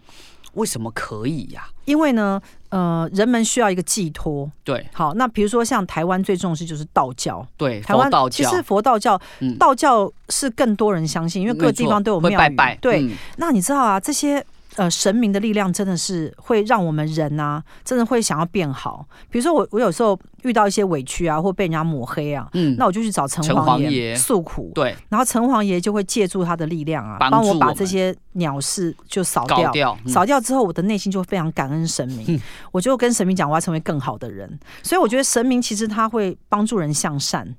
S2: 为什么可以呀、
S1: 因为呢，呃，人们需要一个寄托。
S2: 对
S1: 好，那比如说像台湾最重视就是道教，
S2: 对，
S1: 台
S2: 哎佛
S1: 湾
S2: 道
S1: 其
S2: 教，
S1: 实佛道教，
S2: 嗯
S1: 道教是更多人相信，因为各
S2: 没
S1: 地
S2: 错
S1: 方都有
S2: 会
S1: 庙宇。
S2: 拜拜。
S1: 对，
S2: 嗯
S1: 那你知道啊，这些呃神明的力量真的是会让我们人啊，真的会想要变好。比如说我，我有时候遇到一些委屈啊，或被人家抹黑啊，
S2: 嗯，
S1: 那我就去找城
S2: 城
S1: 隍
S2: 隍
S1: 爷
S2: 爷
S1: 诉苦，
S2: 对，
S1: 然后城隍爷就会借助他的力量啊，
S2: 帮
S1: 帮我
S2: 助
S1: 把
S2: 我
S1: 这
S2: 们
S1: 些鸟事就扫
S2: 搞
S1: 掉。
S2: 掉，嗯
S1: 扫掉之后，我的内心就会非常感恩神明
S2: 嗯，
S1: 我就跟神明讲，我要成为更好的人。所以我觉得神明其实他会帮助人向善，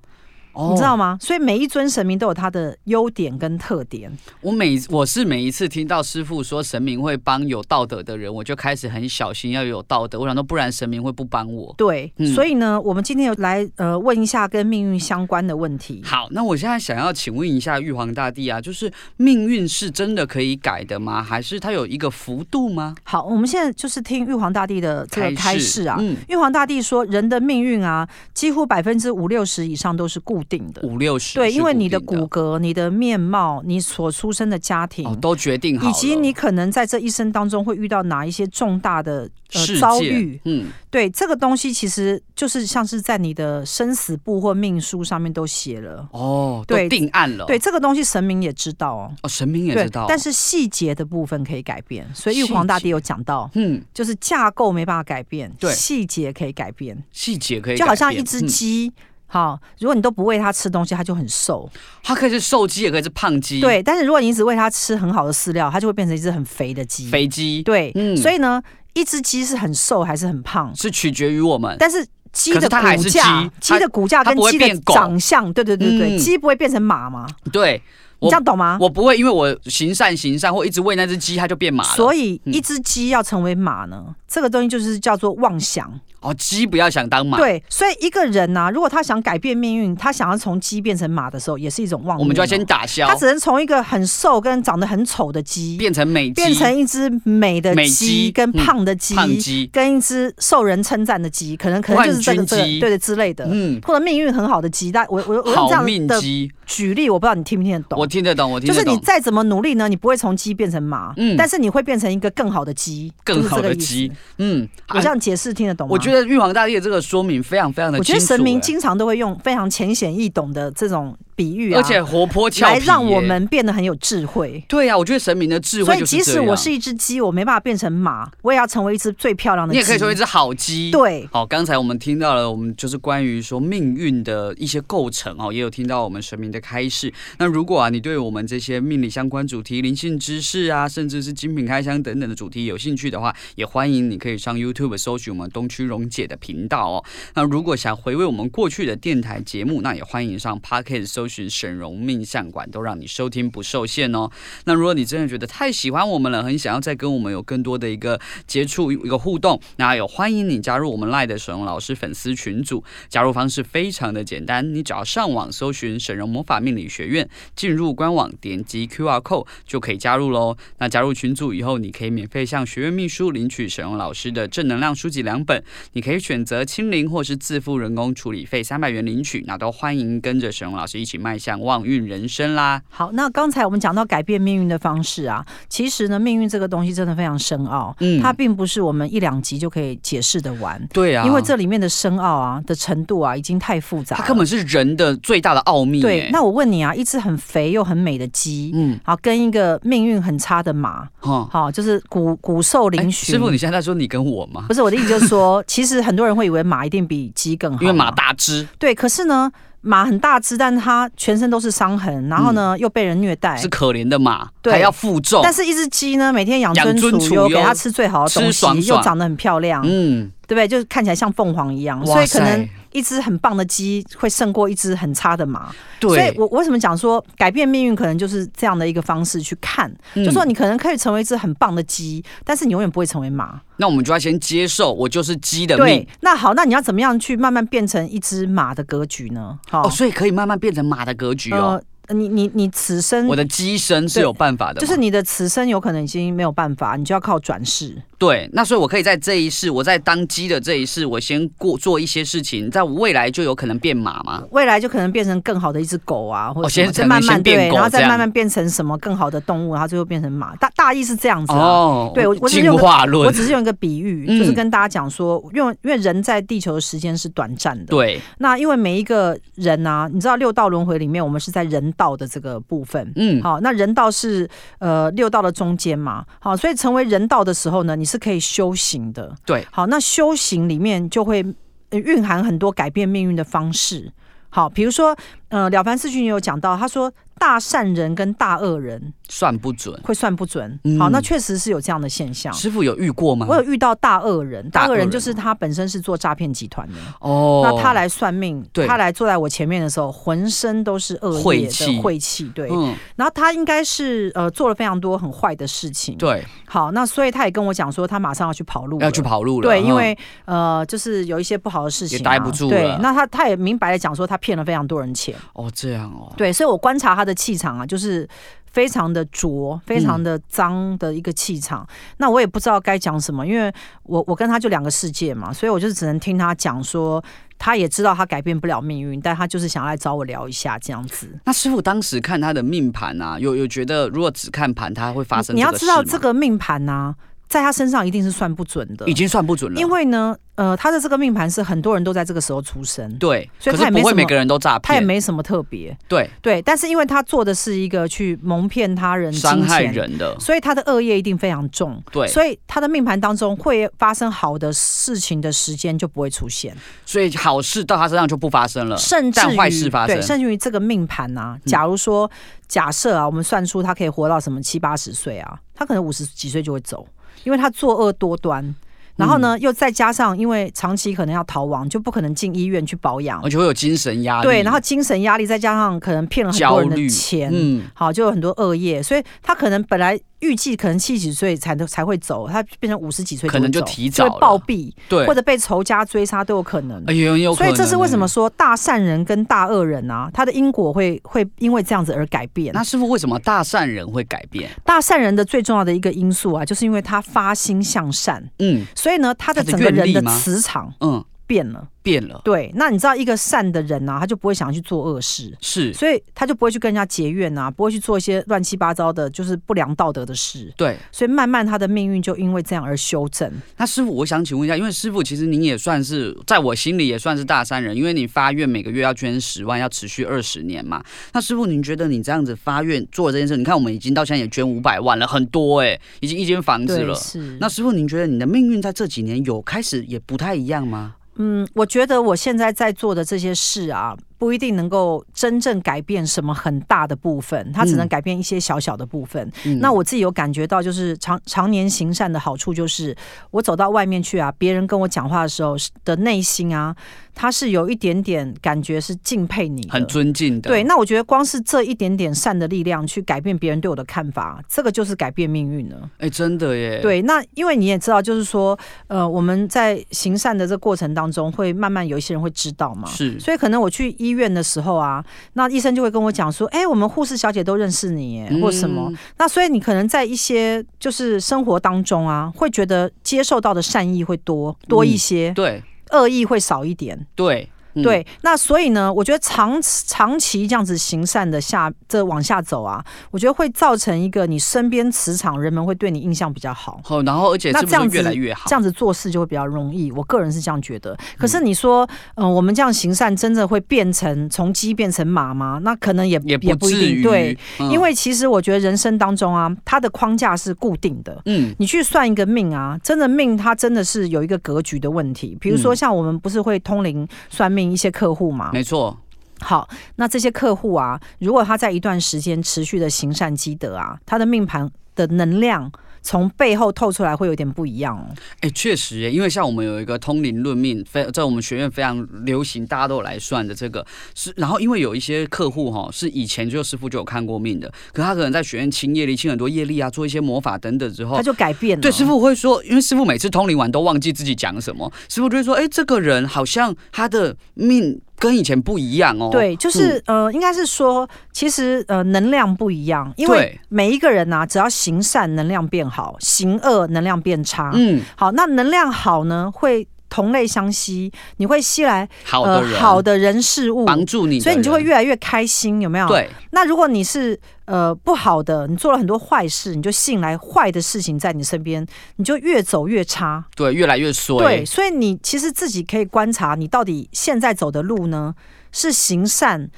S2: 哦
S1: 你知道吗？所以每一尊神明都有它的优点跟特点。
S2: 我每我是每一次听到师傅说神明会帮有道德的人，我就开始很小心要有道德。我想说，不然神明会不帮我。
S1: 对，
S2: 嗯
S1: 所以呢，我们今天有来呃问一下跟命运相关的问题。
S2: 好，那我现在想要请问一下玉皇大帝啊，就是命运是真的可以改的吗？还是它有一个幅度吗？
S1: 好，我们现在就是听玉皇大帝的这个开示啊。
S2: 嗯，
S1: 玉皇大帝说，人的命运啊，几乎百分之五六十以上都是固定的。
S2: 五六十
S1: 对，因为你
S2: 的
S1: 的骨骼、你的面貌、你所出生的家庭，
S2: 哦都决定好了，
S1: 以及你可能在这一生当中会遇到哪一些重大的呃
S2: 世界
S1: 遭遇，，
S2: 嗯，
S1: 对这个东西其实就是像是在你的生死簿或命书上面都写了。
S2: 哦，都
S1: 对
S2: 定案了，
S1: 对，这个东西，神明也知道哦。
S2: 哦，神明也知道，
S1: 但是细节的部分可以改变，所以玉皇大帝有讲到，
S2: 嗯，
S1: 就是架构没办法改变，
S2: 对
S1: 细节可以改变，
S2: 细节可以
S1: 就好
S2: 改
S1: 像一
S2: 变
S1: 只
S2: 嗯
S1: 鸡。好，如果你都不喂它吃东西，它就很瘦。
S2: 它可以是瘦鸡，也可以是胖鸡，，
S1: 对，但是如果你一直喂它吃很好的饲料，它就会变成一只很肥的鸡。
S2: 肥鸡，，
S1: 对，
S2: 嗯
S1: 所以呢，一只鸡是很瘦还是很胖，
S2: 是取决于我们。
S1: 但是鸡
S2: 可是
S1: 的
S2: 它还
S1: 骨
S2: 是
S1: 架
S2: 鸡，它
S1: 鸡的骨架
S2: 它
S1: 跟
S2: 不会
S1: 鸡的
S2: 变狗
S1: 长相，对对对对，
S2: 嗯
S1: 鸡不会变成马嘛？
S2: 对，
S1: 你
S2: 我
S1: 这样懂吗？
S2: 我不会因为我行善行善或一直喂那只鸡，它就变马了。
S1: 所
S2: 以
S1: 以
S2: 嗯
S1: 一只鸡要成为马呢，这个东西就是叫做妄想。
S2: 哦，鸡不要想当马，，
S1: 对，所以一个人呢、如果他想改变命运，他想要从鸡变成马的时候，也是一种妄念哦。
S2: 我们就要先打消
S1: 他，只能从一个很瘦跟长得很丑的鸡，
S2: 变成美鸡，
S1: 变成一只美的
S2: 美
S1: 鸡
S2: 鸡
S1: 跟
S2: 嗯
S1: 胖的鸡，
S2: 胖鸡。
S1: 跟一只受人称赞的鸡，可能可能就是这个
S2: 冠军
S1: 这个对
S2: 鸡
S1: 对之类的，
S2: 嗯，
S1: 或者命运很好的鸡。但我我我用这
S2: 好
S1: 样
S2: 命
S1: 的
S2: 鸡，
S1: 举例，我不知道你听不听得懂。
S2: 我听得懂，我听
S1: 就
S2: 得
S1: 是你
S2: 懂。
S1: 再怎么努力呢，你不会从鸡变成马，
S2: 嗯
S1: 但是你会变成一个更好的鸡，
S2: 更好的
S1: 就是这个意
S2: 鸡
S1: 思。，
S2: 嗯，
S1: 我这
S2: 啊
S1: 样解释听得懂吗？
S2: 我觉
S1: 得，
S2: 得玉皇大帝的这个说明非常非常的
S1: 我觉
S2: 清楚，
S1: 得神明
S2: 哎
S1: 经常都会用非常浅显易懂的这种比喻啊，
S2: 而且活泼俏皮
S1: 来
S2: 耶，
S1: 让我们变得很有智慧。
S2: 对啊呀、我觉得神明的智
S1: 所
S2: 慧
S1: 以，
S2: 就是
S1: 即使
S2: 这
S1: 我
S2: 样
S1: 是一只鸡，我没办法变成马，我也要成为一只最漂亮的
S2: 你
S1: 鸡。
S2: 也可以说一只好鸡，
S1: 对，
S2: 好，刚才我们听到了，我们就是关于说命运的一些构成哦，也有听到我们神明的开示。那如果啊，你对我们这些命理相关主题、灵性知识啊，甚至是精品开箱等等的主题有兴趣的话，也欢迎你可以上 YouTube 搜寻我们东区荣姐的频道哦。那如果想回味我们过去的电台节目，那也欢迎上 Pocket 搜寻沈荣命相馆，都让你收听不受限哦。那如果你真的觉得太喜欢我们了，很想要再跟我们有更多的一个接触、一个互动，那有欢迎你加入我们赖的沈荣老师粉丝群组。加入方式非常的简单，你只要上网搜寻沈荣魔法命理学院，进入官网点击 Q R code 就可以加入喽。那加入群组以后，你可以免费向学院秘书领取沈荣老师的正能量书籍两本，你可以选择清零或是自付人工处理费三百元领取，那都欢迎跟着沈荣老师一起迈向旺运人生啦。
S1: 好，那刚才我们讲到改变命运的方式啊，其实呢，命运这个东西真的非常深奥，
S2: 嗯
S1: 它并不是我们一两集就可以解释的完，
S2: 对啊
S1: 因为这里面的深奥啊的程度啊已经太复杂了，
S2: 它根本是人的最大的奥秘耶。
S1: 对。那我问你啊，一只很肥又很美的鸡，
S2: 嗯，
S1: 好跟一个命运很差的马，
S2: 哈、
S1: 好就是骨骨瘦嶙
S2: 哎
S1: 峋。
S2: 师傅，你现在在说你跟我吗？
S1: 不是我的意思，就是说，其实很多人会以为马一定比鸡更好，啊
S2: 因为马。大只
S1: 对，可是呢，马很大只，但它全身都是伤痕，然后呢、又被人虐待，
S2: 嗯是可怜的马，
S1: 哎对
S2: 还要负重
S1: 但。是，一只鸡呢，每天养
S2: 养
S1: 尊
S2: 尊
S1: 处
S2: 处
S1: 优，
S2: 优
S1: 给它吃最好的东西，
S2: 吃爽爽
S1: 又长得很漂亮，
S2: 嗯，
S1: 对不对？就是看起来像凤凰一样，所以可能一只很棒的鸡会胜过一只很差的马。所以
S2: 对，
S1: 我我为什么讲说改变命运可能就是这样的一个方式去看，就说
S2: 嗯
S1: 你可能可以成为一只很棒的鸡，但是你永远不会成为马。
S2: 那我们就要先接受，我就是鸡的
S1: 对
S2: 命，
S1: 那好，那你要怎么样去慢慢变成一只马的格局呢？好
S2: 哦，所以可以慢慢变成马的格局哦。
S1: 呃，你你你此生
S2: 我。的鸡身是有办法的嘛，
S1: 嗯就是你的此生有可能已经没有办法，你就要靠转世。
S2: 对。那所以我可以在这一世，我在当鸡的这一世，我先过做一些事情，在我未来就有可能变马吗？
S1: 未来就可能变成更好的一只狗啊，或者
S2: 哦
S1: 什么
S2: 先
S1: 再
S2: 可能
S1: 慢慢
S2: 先变
S1: 对，
S2: 狗
S1: 然后再
S2: 这样
S1: 慢慢变成什么更好的动物，然后最后变成马。大大意是这样子啊。
S2: 哦，
S1: 对我我只是
S2: 进
S1: 用个
S2: 化
S1: 我
S2: 论，
S1: 只是用一个比喻，
S2: 嗯
S1: 就是跟大家讲说，因为因为人在地球的时间是短暂的。。
S2: 对，
S1: 那因为每一个人啊，你知道六道轮回里面，我们是在人道的这个部分。
S2: 嗯，
S1: 好，那人道是呃六道的中间嘛，好，所以成为人道的时候呢，你是可以修行的。
S2: 对，
S1: 好，那修行里面就会呃蕴含很多改变命运的方式。好，比如说，呃，了凡四训也有讲到，他说大善人跟大恶人
S2: 算不准。
S1: 会算不准。
S2: 嗯
S1: 好，那确实是有这样的现象。
S2: 师傅有遇过吗？
S1: 我有遇到大恶人，大
S2: 大恶
S1: 恶人
S2: 人
S1: 就是他本身是做诈骗集团的，
S2: 哦，
S1: 那他来算命，
S2: 对
S1: 他来坐在我前面的时候，浑身都是恶
S2: 晦
S1: 业
S2: 气
S1: 的晦气，对。
S2: 嗯，
S1: 然后他应该是呃做了非常多很坏的事情，。
S2: 对，
S1: 好，那所以他也跟我讲说，他马上要去跑路，
S2: 要去。跑路了。
S1: 对，
S2: 嗯
S1: 因为呃，就是有一些不好的事情、啊，
S2: 也待不住
S1: 对
S2: 了，
S1: 那他他也明白的讲说，他骗了非常多人钱。
S2: 哦这样哦，
S1: 对，所以我观察他的气场啊，就是非常的浊，非常的脏的一个气场。那我也不知道该讲什么，因为我我跟他就两个世界嘛，所以我就只能听他讲说，他也知道他改变不了命运，但他就是想来找我聊一下这样子。
S2: 那师傅当时看他的命盘啊，有有觉得如果只看盘，他会发生
S1: 你要
S2: 个
S1: 知道
S2: 事吗
S1: 这个命盘呐、在他身上一定是算不准的
S2: 已，经算不准了，
S1: 因为呢，呃，他的这个命盘是很多人都在这个时候出生，
S2: 对，
S1: 所以
S2: 可
S1: 他也
S2: 是
S1: 没
S2: 不会
S1: 什么
S2: 每个人都诈
S1: 他也
S2: 骗，
S1: 没什么特别。
S2: 对，
S1: 对，但是因为他做的是一个去蒙骗他人、
S2: 伤害
S1: 金钱，
S2: 人的，
S1: 所以他的恶业一定非常重。
S2: 对，
S1: 所以他的命盘当中会发生好的事情的时间就不会出现，
S2: 所以好事到他身上就不发生了，
S1: 甚至
S2: 但
S1: 于
S2: 呃坏事发生嗯
S1: 对，甚至于这个命盘啊，假如说、假设啊，我们算出他可以活到什么七八十岁啊，他可能五十几岁就会走，因为他作恶多端。然后呢，
S2: 嗯
S1: 又再加上因为长期可能要逃亡，就不可能进医院去保养
S2: 而，且会有精神哦压力，
S1: 啊对，然后精神压力，再加上可能骗了很
S2: 焦
S1: 多人
S2: 虑
S1: 的钱，
S2: 嗯，
S1: 好，就有很多恶业，所以他可能本来预计可能七十几岁才能才会走，他变成五十几岁
S2: 可能
S1: 就
S2: 就
S1: 会走
S2: 提早
S1: 就会暴
S2: 了
S1: 毙，
S2: 对，
S1: 或者被仇家追杀都有可能。
S2: 哎呦，有可
S1: 所
S2: 能欸
S1: 以这是为什么。说大善人跟大恶人啊，他的因果会会因为这样子而改变。
S2: 那师傅为什么大善人会改变？
S1: 大善人的最重要的一个因素啊，就是因为他发心向善，
S2: 嗯
S1: 所以呢，他的
S2: 他的
S1: 整个
S2: 愿
S1: 人
S2: 力
S1: 的
S2: 吗
S1: 磁场
S2: 嗯，
S1: 变了。
S2: 变了，
S1: 对，那你知道一个善的人啊，他就不会想去做恶事。
S2: 是
S1: 所以他就不会去跟人家结怨啊，不会去做一些乱七八糟的，就是不良道德的事。
S2: 对。
S1: 所以慢慢他的命运就因为这样而修正。
S2: 那师傅，我想请问一下，因为师傅其实您也算是在我心里也算是大善人，因为你发愿每个月要捐十万，要持续二十年嘛。那师傅，您觉得你这样子发愿做这件事，你看我们已经到现在也捐五百万了，很多哎、已经一间房子
S1: 对，
S2: 了。
S1: 是。
S2: 那师傅，您觉得你的命运在这几年有开始也不太一样吗？
S1: 嗯，我觉得我现在在做的这些事啊，不一定能够真正改变什么很大的部分，它只能
S2: 嗯
S1: 改变一些小小的部分。
S2: 嗯
S1: 那我自己有感觉到，就是常常年行善的好处，就是我走到外面去啊，别人跟我讲话的时候是的内心啊，他是有一点点感觉是敬佩你的，
S2: 很尊敬的，
S1: 对，，那我觉得光是这一点点善的力量去改变别人对我的看法，这个就是改变命运了。
S2: 哎，真的耶，，
S1: 对，那因为你也知道，就是说，呃，我们在行善的这个过程当中，会慢慢有一些人会知道嘛。
S2: 是
S1: 所以可能我去医院的时候啊，那医生就会跟我讲说，哎、我们护士小姐都认识你耶，或什么。
S2: 嗯
S1: 那所以你可能在一些就是生活当中啊，会觉得接受到的善意会多多一
S2: 嗯
S1: 些，
S2: 对
S1: 恶意会少一点。
S2: 对、嗯，
S1: 对，那所以呢，我觉得长长期这样子行善的下这往下走啊，我觉得会造成一个你身边磁场，人们会对你印象比较好。
S2: 好，然后而且
S1: 那
S2: 是不
S1: 这样
S2: 是
S1: 子
S2: 越来越好
S1: 这？样子做事就会比较容易，我个人是这样觉得。可是你说，嗯、我们这样行善真的会变成从鸡变成马吗？那可能也
S2: 也不
S1: 一
S2: 至
S1: 定
S2: 于，
S1: 对，
S2: 嗯
S1: 因为其实我觉得人生当中啊，它的框架是固定的，
S2: 嗯，
S1: 你去算一个命啊，真的命它真的是有一个格局的问题。比如说
S2: 嗯
S1: 像我们不是会通灵算命一些客户嘛，
S2: 没错，
S1: 好，那这些客户啊，如果他在一段时间持续的行善积德啊，他的命盘的能量从背后透出来会有点不一样哦。
S2: 哎，确实耶，因为像我们有一个通灵论命，非在我们学院非常流行，大家都有来算的这个是。然后因为有一些客户哈、是以前就师傅就有看过命的，可他可能在学院清业力、清很多业力啊，做一些魔法等等之后
S1: 他，就嗯改变了。
S2: 哦对，师傅会说，因为师傅每次通灵完都忘记自己讲什么，师傅就会说，哎、这个人好像他的命跟以前不一样哦。
S1: 对，就是、呃，应该是说，其实呃，能量不一样，因为
S2: 对
S1: 每一个人呐、只要行善，能量变好；行恶，能量变差。
S2: 嗯，嗯，
S1: 好，那能量好呢，会同类相吸，你会吸来
S2: 好的人，
S1: 呃好的人事物，
S2: 帮助你的人，
S1: 所以你就会越来越开心，有没有？。
S2: 对，
S1: 那如果你是呃不好的，你做了很多坏事，你就吸引来坏的事情在你身边，你就越走越差。
S2: 对，越来越衰。
S1: 对，所以你其实自己可以观察，你到底现在走的路呢，是行善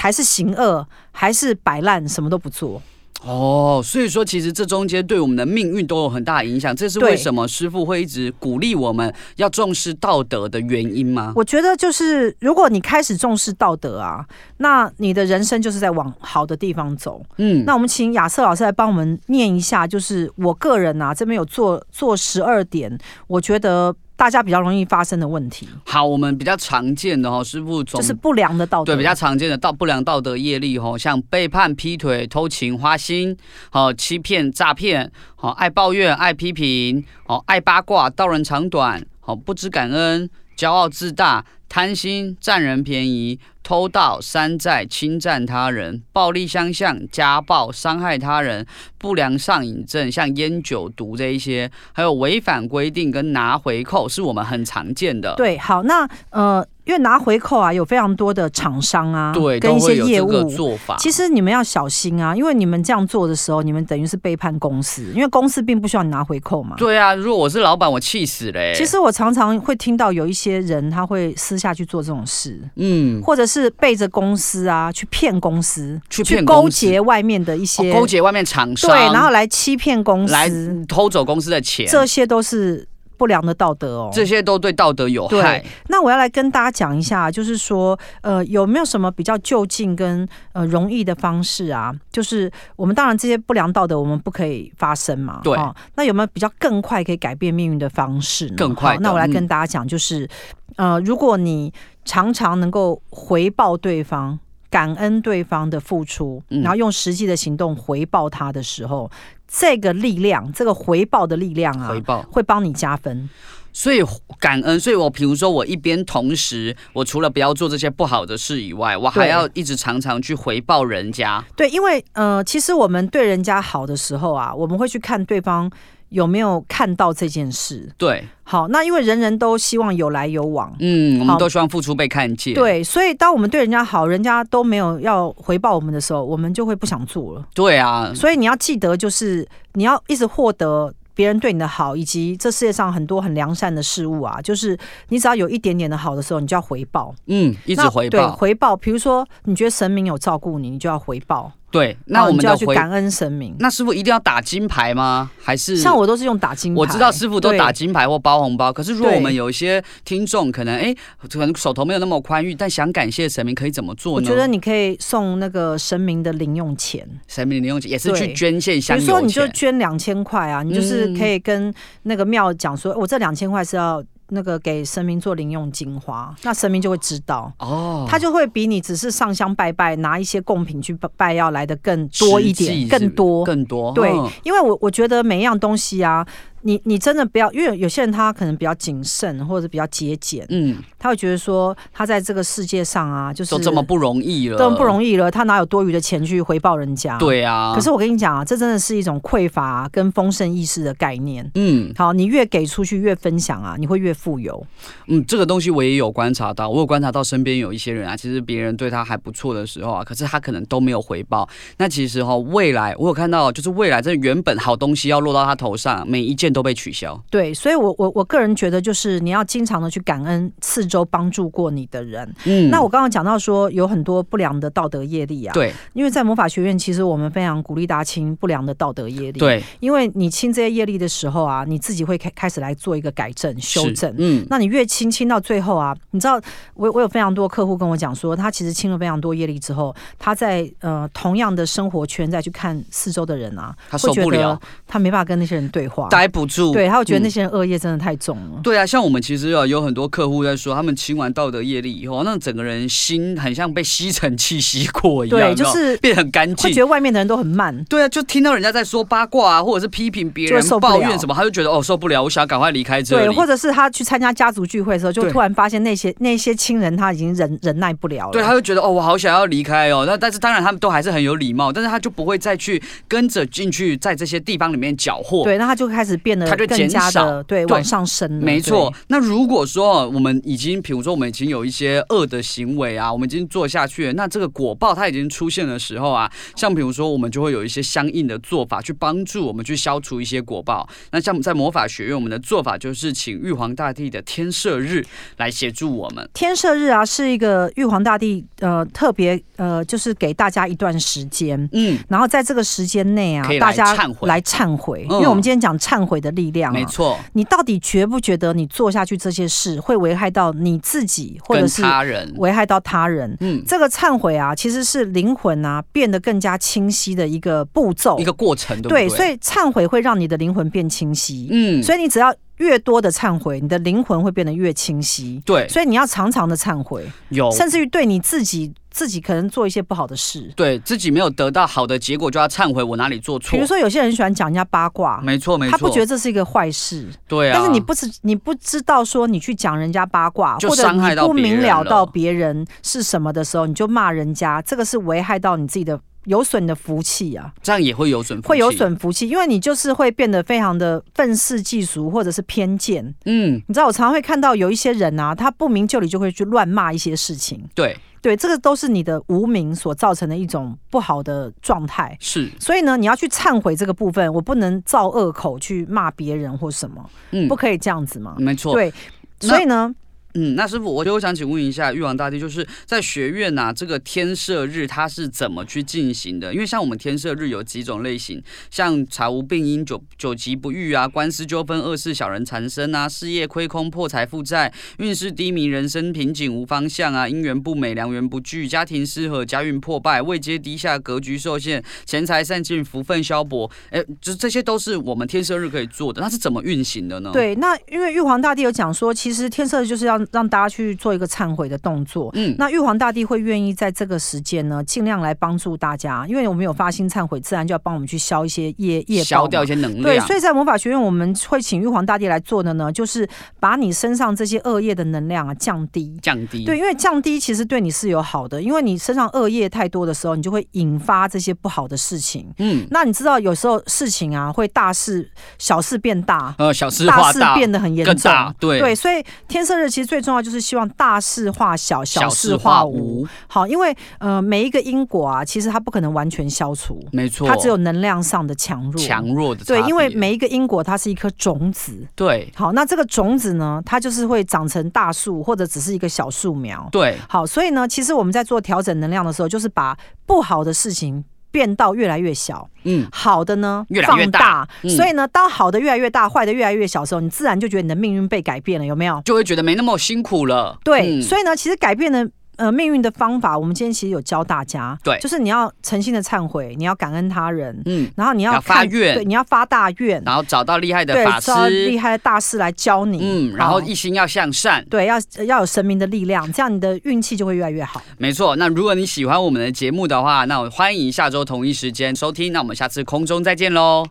S1: 还是行恶，还是摆烂，什么都不做？
S2: 哦，所以说其实这中间对我们的命运都有很大影响，这是为
S1: 对
S2: 什么师傅会一直鼓励我们要重视道德的原因吗？
S1: 我觉得就是，如果你开始重视道德啊，那你的人生就是在往好的地方走。
S2: 嗯，
S1: 那我们请亚瑟老师来帮我们念一下，就是我个人啊，这边有做做十二点，我觉得大家比较容易发生的问题，
S2: 好，我们比较常见的哈、哦，师傅总
S1: 就是不良的道德，
S2: 对比较常见的道不良道德业力吼，像背叛、劈腿、偷情、花心，哦，欺骗、诈骗，哦，爱抱怨、爱批评，哦，爱八卦、道人长短，哦，不知感恩、骄傲自大、贪心、占人便宜、偷盗、山寨、侵占他人、暴力相向、家暴、伤害他人、不良上瘾症，像烟酒毒这一些，还有违反规定跟拿回扣，是我们很常见的。
S1: 对。好，那呃，因为拿回扣啊，有非常多的厂商啊，
S2: 对，
S1: 跟
S2: 都
S1: 一
S2: 会
S1: 些
S2: 有
S1: 业
S2: 这
S1: 务
S2: 个做法。
S1: 其实你们要小心啊，因为你们这样做的时候，你们等于是背叛公司，因为公司并不需要你拿回扣嘛。
S2: 对啊，如果我是老板，我气死了欸、
S1: 其实我常常会听到有一些人他会私下去做这种事，
S2: 嗯，
S1: 或者是背着公司啊去骗公司，
S2: 去骗
S1: 勾
S2: 公司
S1: 结外面的一
S2: 哦
S1: 些、
S2: 勾结外面厂商，
S1: 对，然后来欺骗公
S2: 来
S1: 司，
S2: 偷走公司的钱，
S1: 这些都是不良的道德哦。
S2: 这些都对道德有害。
S1: 那我要来跟大家讲一下，就是说，呃，有没有什么比较就近跟呃容易的方式啊？就是我们当然这些不良道德我们不可以发生嘛，
S2: 对
S1: 那有没有比较更快可以改变命运的方式呢？
S2: 更快的
S1: 好那我来
S2: 嗯
S1: 跟大家讲，就是、呃，如果你常常能够回报对方。感恩对方的付出，
S2: 嗯
S1: 然后用实际的行动回报他的时候，这个力量，这个回报的力量啊
S2: 回，报，
S1: 会帮你加分。
S2: 所以感恩，所以我比如说，我一边同时，我除了不要做这些不好的事以外，我还
S1: 对
S2: 要一直常常去回报人家。
S1: 对，因为呃，其实我们对人家好的时候啊，我们会去看对方有没有看到这件事。
S2: 对，
S1: 好，那因为人人都希望有来有往。
S2: 嗯，我们
S1: 好
S2: 都希望付出被看见。
S1: 对，所以当我们对人家好，人家都没有要回报我们的时候，我们就会不想做了。
S2: 对啊，
S1: 所以你要记得，就是你要一直获得别人对你的好，以及这世界上很多很良善的事物啊，就是你只要有一点点的好的时候，你就要回报，
S2: 嗯，一
S1: 一
S2: 直回
S1: 对，
S2: 报。
S1: 回报。比如说，你觉得神明有照顾你，你就要回报。
S2: 对，那
S1: 好
S2: 我
S1: 你
S2: 们
S1: 就要
S2: 的
S1: 去
S2: 回，
S1: 感恩神明。
S2: 那师傅一定要打金牌吗？还是
S1: 像我都是用打金牌，
S2: 我知道师傅都打
S1: 对。
S2: 金牌或包红包，可是如果
S1: 对
S2: 我们有一些听众可能哎，可能手头没有那么宽裕，但想感谢神明，可以怎么做
S1: 我
S2: 呢？
S1: 觉得你可以送那个神明的零用钱，
S2: 神明零用钱也是去
S1: 对
S2: 捐献
S1: 比
S2: 香
S1: 如
S2: 油
S1: 说你就
S2: 钱，嗯
S1: 捐两千块啊，你就是可以跟那个庙讲说，我这两千块是要那个给神明做零用金花，那神明就会知道，
S2: 哦，
S1: 他就会比你只是上香拜拜拿一些贡品去拜拜要来的更多一
S2: 实际
S1: 点，
S2: 是
S1: 更多。
S2: 更多
S1: 对
S2: 嗯，
S1: 因为我我觉得每一样东西啊，你你真的不要，因为有些人他可能比较谨慎或者比较节俭，
S2: 嗯，
S1: 他会觉得说他在这个世界上啊，就是
S2: 都这么不容易了，
S1: 都不容易了，他哪有多余的钱去回报人家？。
S2: 对啊，
S1: 可是我跟你讲啊，这真的是一种匮乏、跟丰盛意识的概念。
S2: 嗯
S1: 好，你越给出去，越分享啊，你会越富有。
S2: 嗯，这个东西我也有观察到，我有观察到身边有一些人啊，其实别人对他还不错的时候啊，可是他可能都没有回报。那其实哈、未来我有看到，就是未来这原本好东西要落到他头上，每一件都被取消。
S1: 对，所以我我我个人觉得，就是你要经常的去感恩四周帮助过你的人。
S2: 嗯，
S1: 那我刚刚讲到说，有很多不良的道德业力啊。，
S2: 对
S1: 因为在魔法学院，其实我们非常鼓励大家清不良的道德业力。，
S2: 对
S1: 因为你清这些业力的时候啊，你自己会开开始来做一个改正、修
S2: 是
S1: 正。
S2: 嗯，
S1: 那你越清清到最后啊，你知道我我有非常多客户跟我讲说，他其实清了非常多业力之后，他在呃同样的生活圈再去看四周的人啊，
S2: 他
S1: 会
S2: 受
S1: 觉
S2: 不
S1: 得
S2: 了，
S1: 他没办法跟那些人对话，
S2: 待不住。
S1: 对，他会觉得
S2: 嗯
S1: 那些人恶业真的太重了。
S2: 对啊，像我们其实有有很多客户在说，他们清完道德业力以后，那整个人心很像被吸尘器吸过一样，
S1: 对，
S2: 你知
S1: 就
S2: 道吗
S1: 是
S2: 变得很干
S1: 会觉
S2: 净。
S1: 得外面的人都很慢。
S2: 对啊，就听到人家在说八卦啊，或者是批评别
S1: 就
S2: 人
S1: 会、受不了
S2: 抱怨什么，他就觉得哦受不了，我想赶快离开这
S1: 对，
S2: 里。
S1: 或者是他去参加家族聚会的时候，就
S2: 对
S1: 突然发现那些那些亲人他已经忍忍耐不了了。
S2: 对，他就觉得哦，我好想要离开哦。那但是当然他们都还是很有礼貌，但是他就不会再去跟着进去在这些地方里面搅和。
S1: 对，那他就开始变得
S2: 它就
S1: 更加
S2: 减少
S1: 的对
S2: 对
S1: 往上升了。
S2: 没错
S1: 嗯对，，
S2: 那如果说哦我们已经，比如说我们已经有一些恶的行为啊，我们已经做下去了，那这个果报它已经出现的时候啊，像比如说我们就会有一些相应的做法去帮助我们去消除一些果报。那像在魔法学院，我们的做法就是请玉皇大帝的天赦日来协助我们。
S1: 天赦日啊，是一个玉皇大帝呃特别呃，就是给大家一段时间。
S2: 嗯，
S1: 然后在这个时间内啊
S2: 可以，来
S1: 大家
S2: 忏悔
S1: 来忏悔，
S2: 嗯
S1: 因为我们今天讲忏悔的力量、啊，
S2: 没错，
S1: 你到底觉不觉得你做下去这些事会危害到你自己，或者
S2: 跟
S1: 是
S2: 他人，
S1: 危害到他人？
S2: 嗯，
S1: 这个忏悔啊，其实是灵魂啊变得更加清晰的一个步骤。
S2: 一个过程，对不
S1: 对，
S2: 对？
S1: 所以忏悔会让你的灵魂变清晰。
S2: 嗯，
S1: 所以你只要越多的忏悔，你的灵魂会变得越清晰。
S2: 对，
S1: 所以你要常常的忏悔，
S2: 有
S1: 甚至于对你自己自己可能做一些不好的事，
S2: 对自己没有得到好的结果，就要忏悔我哪里做
S1: 比
S2: 错
S1: 如。说有些人喜欢讲人家八卦，
S2: 没错，没错，
S1: 他不觉得这是一个坏事。
S2: 对啊，
S1: 但是你不知你不知道说你去讲人家八卦，
S2: 就
S1: 或者
S2: 伤害
S1: 你
S2: 到
S1: 不
S2: 别
S1: 明
S2: 人
S1: 了
S2: 了
S1: 到别人是什么的时候，你就骂人家，这个是危害到你自己的，有损你的福气啊，
S2: 这样也会有损，
S1: 会有，损福气，因为你就是会变得非常的愤世嫉俗或者是偏见。
S2: 嗯，
S1: 你知道，我常常会看到有一些人啊，他不明就里就会去乱骂一些事情，
S2: 对，
S1: 对，这个都是你的无名所造成的一种不好的状态。
S2: 是，
S1: 所以呢，你要去忏悔这个部分，我不能造恶口去骂别人或什么，
S2: 嗯
S1: 不，可以这样子嘛。
S2: 没错，
S1: 对，
S2: 那
S1: 所以呢，
S2: 嗯，那师傅，我就想请问一下玉皇大帝，就是在学院呐、这个天赦日它是怎么去进行的？因为像我们天赦日有几种类型，像查无病因、九九级不遇啊、官司纠纷、恶事小人缠身啊、事业亏空、破财负债、运势低迷、人生瓶颈无方向啊、姻缘不美、良缘不聚、家庭失和、家运破败、位阶低下、格局受限、钱财散尽、福分消薄，哎，这这些都是我们天赦日可以做的。那是怎么运行的呢？，
S1: 对，那因为玉皇大帝有讲说，其实天赦就是要让大家去做一个忏悔的动作。
S2: 嗯，
S1: 那玉皇大帝会愿意在这个时间呢，尽量来帮助大家，因为我们有发心忏悔，自然就要帮我们去消一些业业报
S2: 消
S1: 嘛
S2: 掉一些能量。
S1: 对，所以在魔法学院，我们会请玉皇大帝来做的呢，就是把你身上这些恶业的能量啊降低。
S2: 降低。
S1: 对，因为降低其实对你是有好的，因为你身上恶业太多的时候，你就会引发这些不好的事情。
S2: 嗯，
S1: 那你知道有时候事情啊会大事小事变大，
S2: 呃，小事
S1: 大
S2: 化
S1: 事变得很严
S2: 更大
S1: 重。，
S2: 对
S1: 对，所以天赦日其实最重要就是希望大事化小，小事化无。，好，因为呃每一个因果啊，其实它不可能完全消除，
S2: 没错，
S1: 它只有能量上的强弱。
S2: 强弱的差
S1: 对，因为
S2: 别
S1: 每一个因果它是一颗种子。
S2: 对
S1: 好，那这个种子呢，它就是会长成大树，或者只是一个小树苗。
S2: 对
S1: 好，所以呢，其实我们在做调整能量的时候，就是把不好的事情变到越来越小，
S2: 嗯
S1: 好的呢
S2: 越来
S1: 放
S2: 越大嗯
S1: 所以呢，当好的越来越大，坏的越来越小的时候，你自然就觉得你的命运被改变了，有没有？
S2: 就会觉得没那么辛苦了。
S1: 对，
S2: 嗯
S1: 所以呢，其实改变的呃命运的方法，我们今天其实有教大家，
S2: 对
S1: 就是你要诚心的忏悔，你要感恩他人，
S2: 嗯，
S1: 然后你要
S2: 要发
S1: 看
S2: 愿嗯
S1: 对，你要发大愿，
S2: 然后找到厉害的
S1: 对，
S2: 法
S1: 招厉
S2: 师，
S1: 害的大师来教你，
S2: 嗯，然后
S1: 好
S2: 一心要向善，
S1: 对，要要有神明的力量，这样你的运气就会越来越好。
S2: 没错。那如果你喜欢我们的节目的话，那我欢迎下周同一时间收听，那我们下次空中再见喽。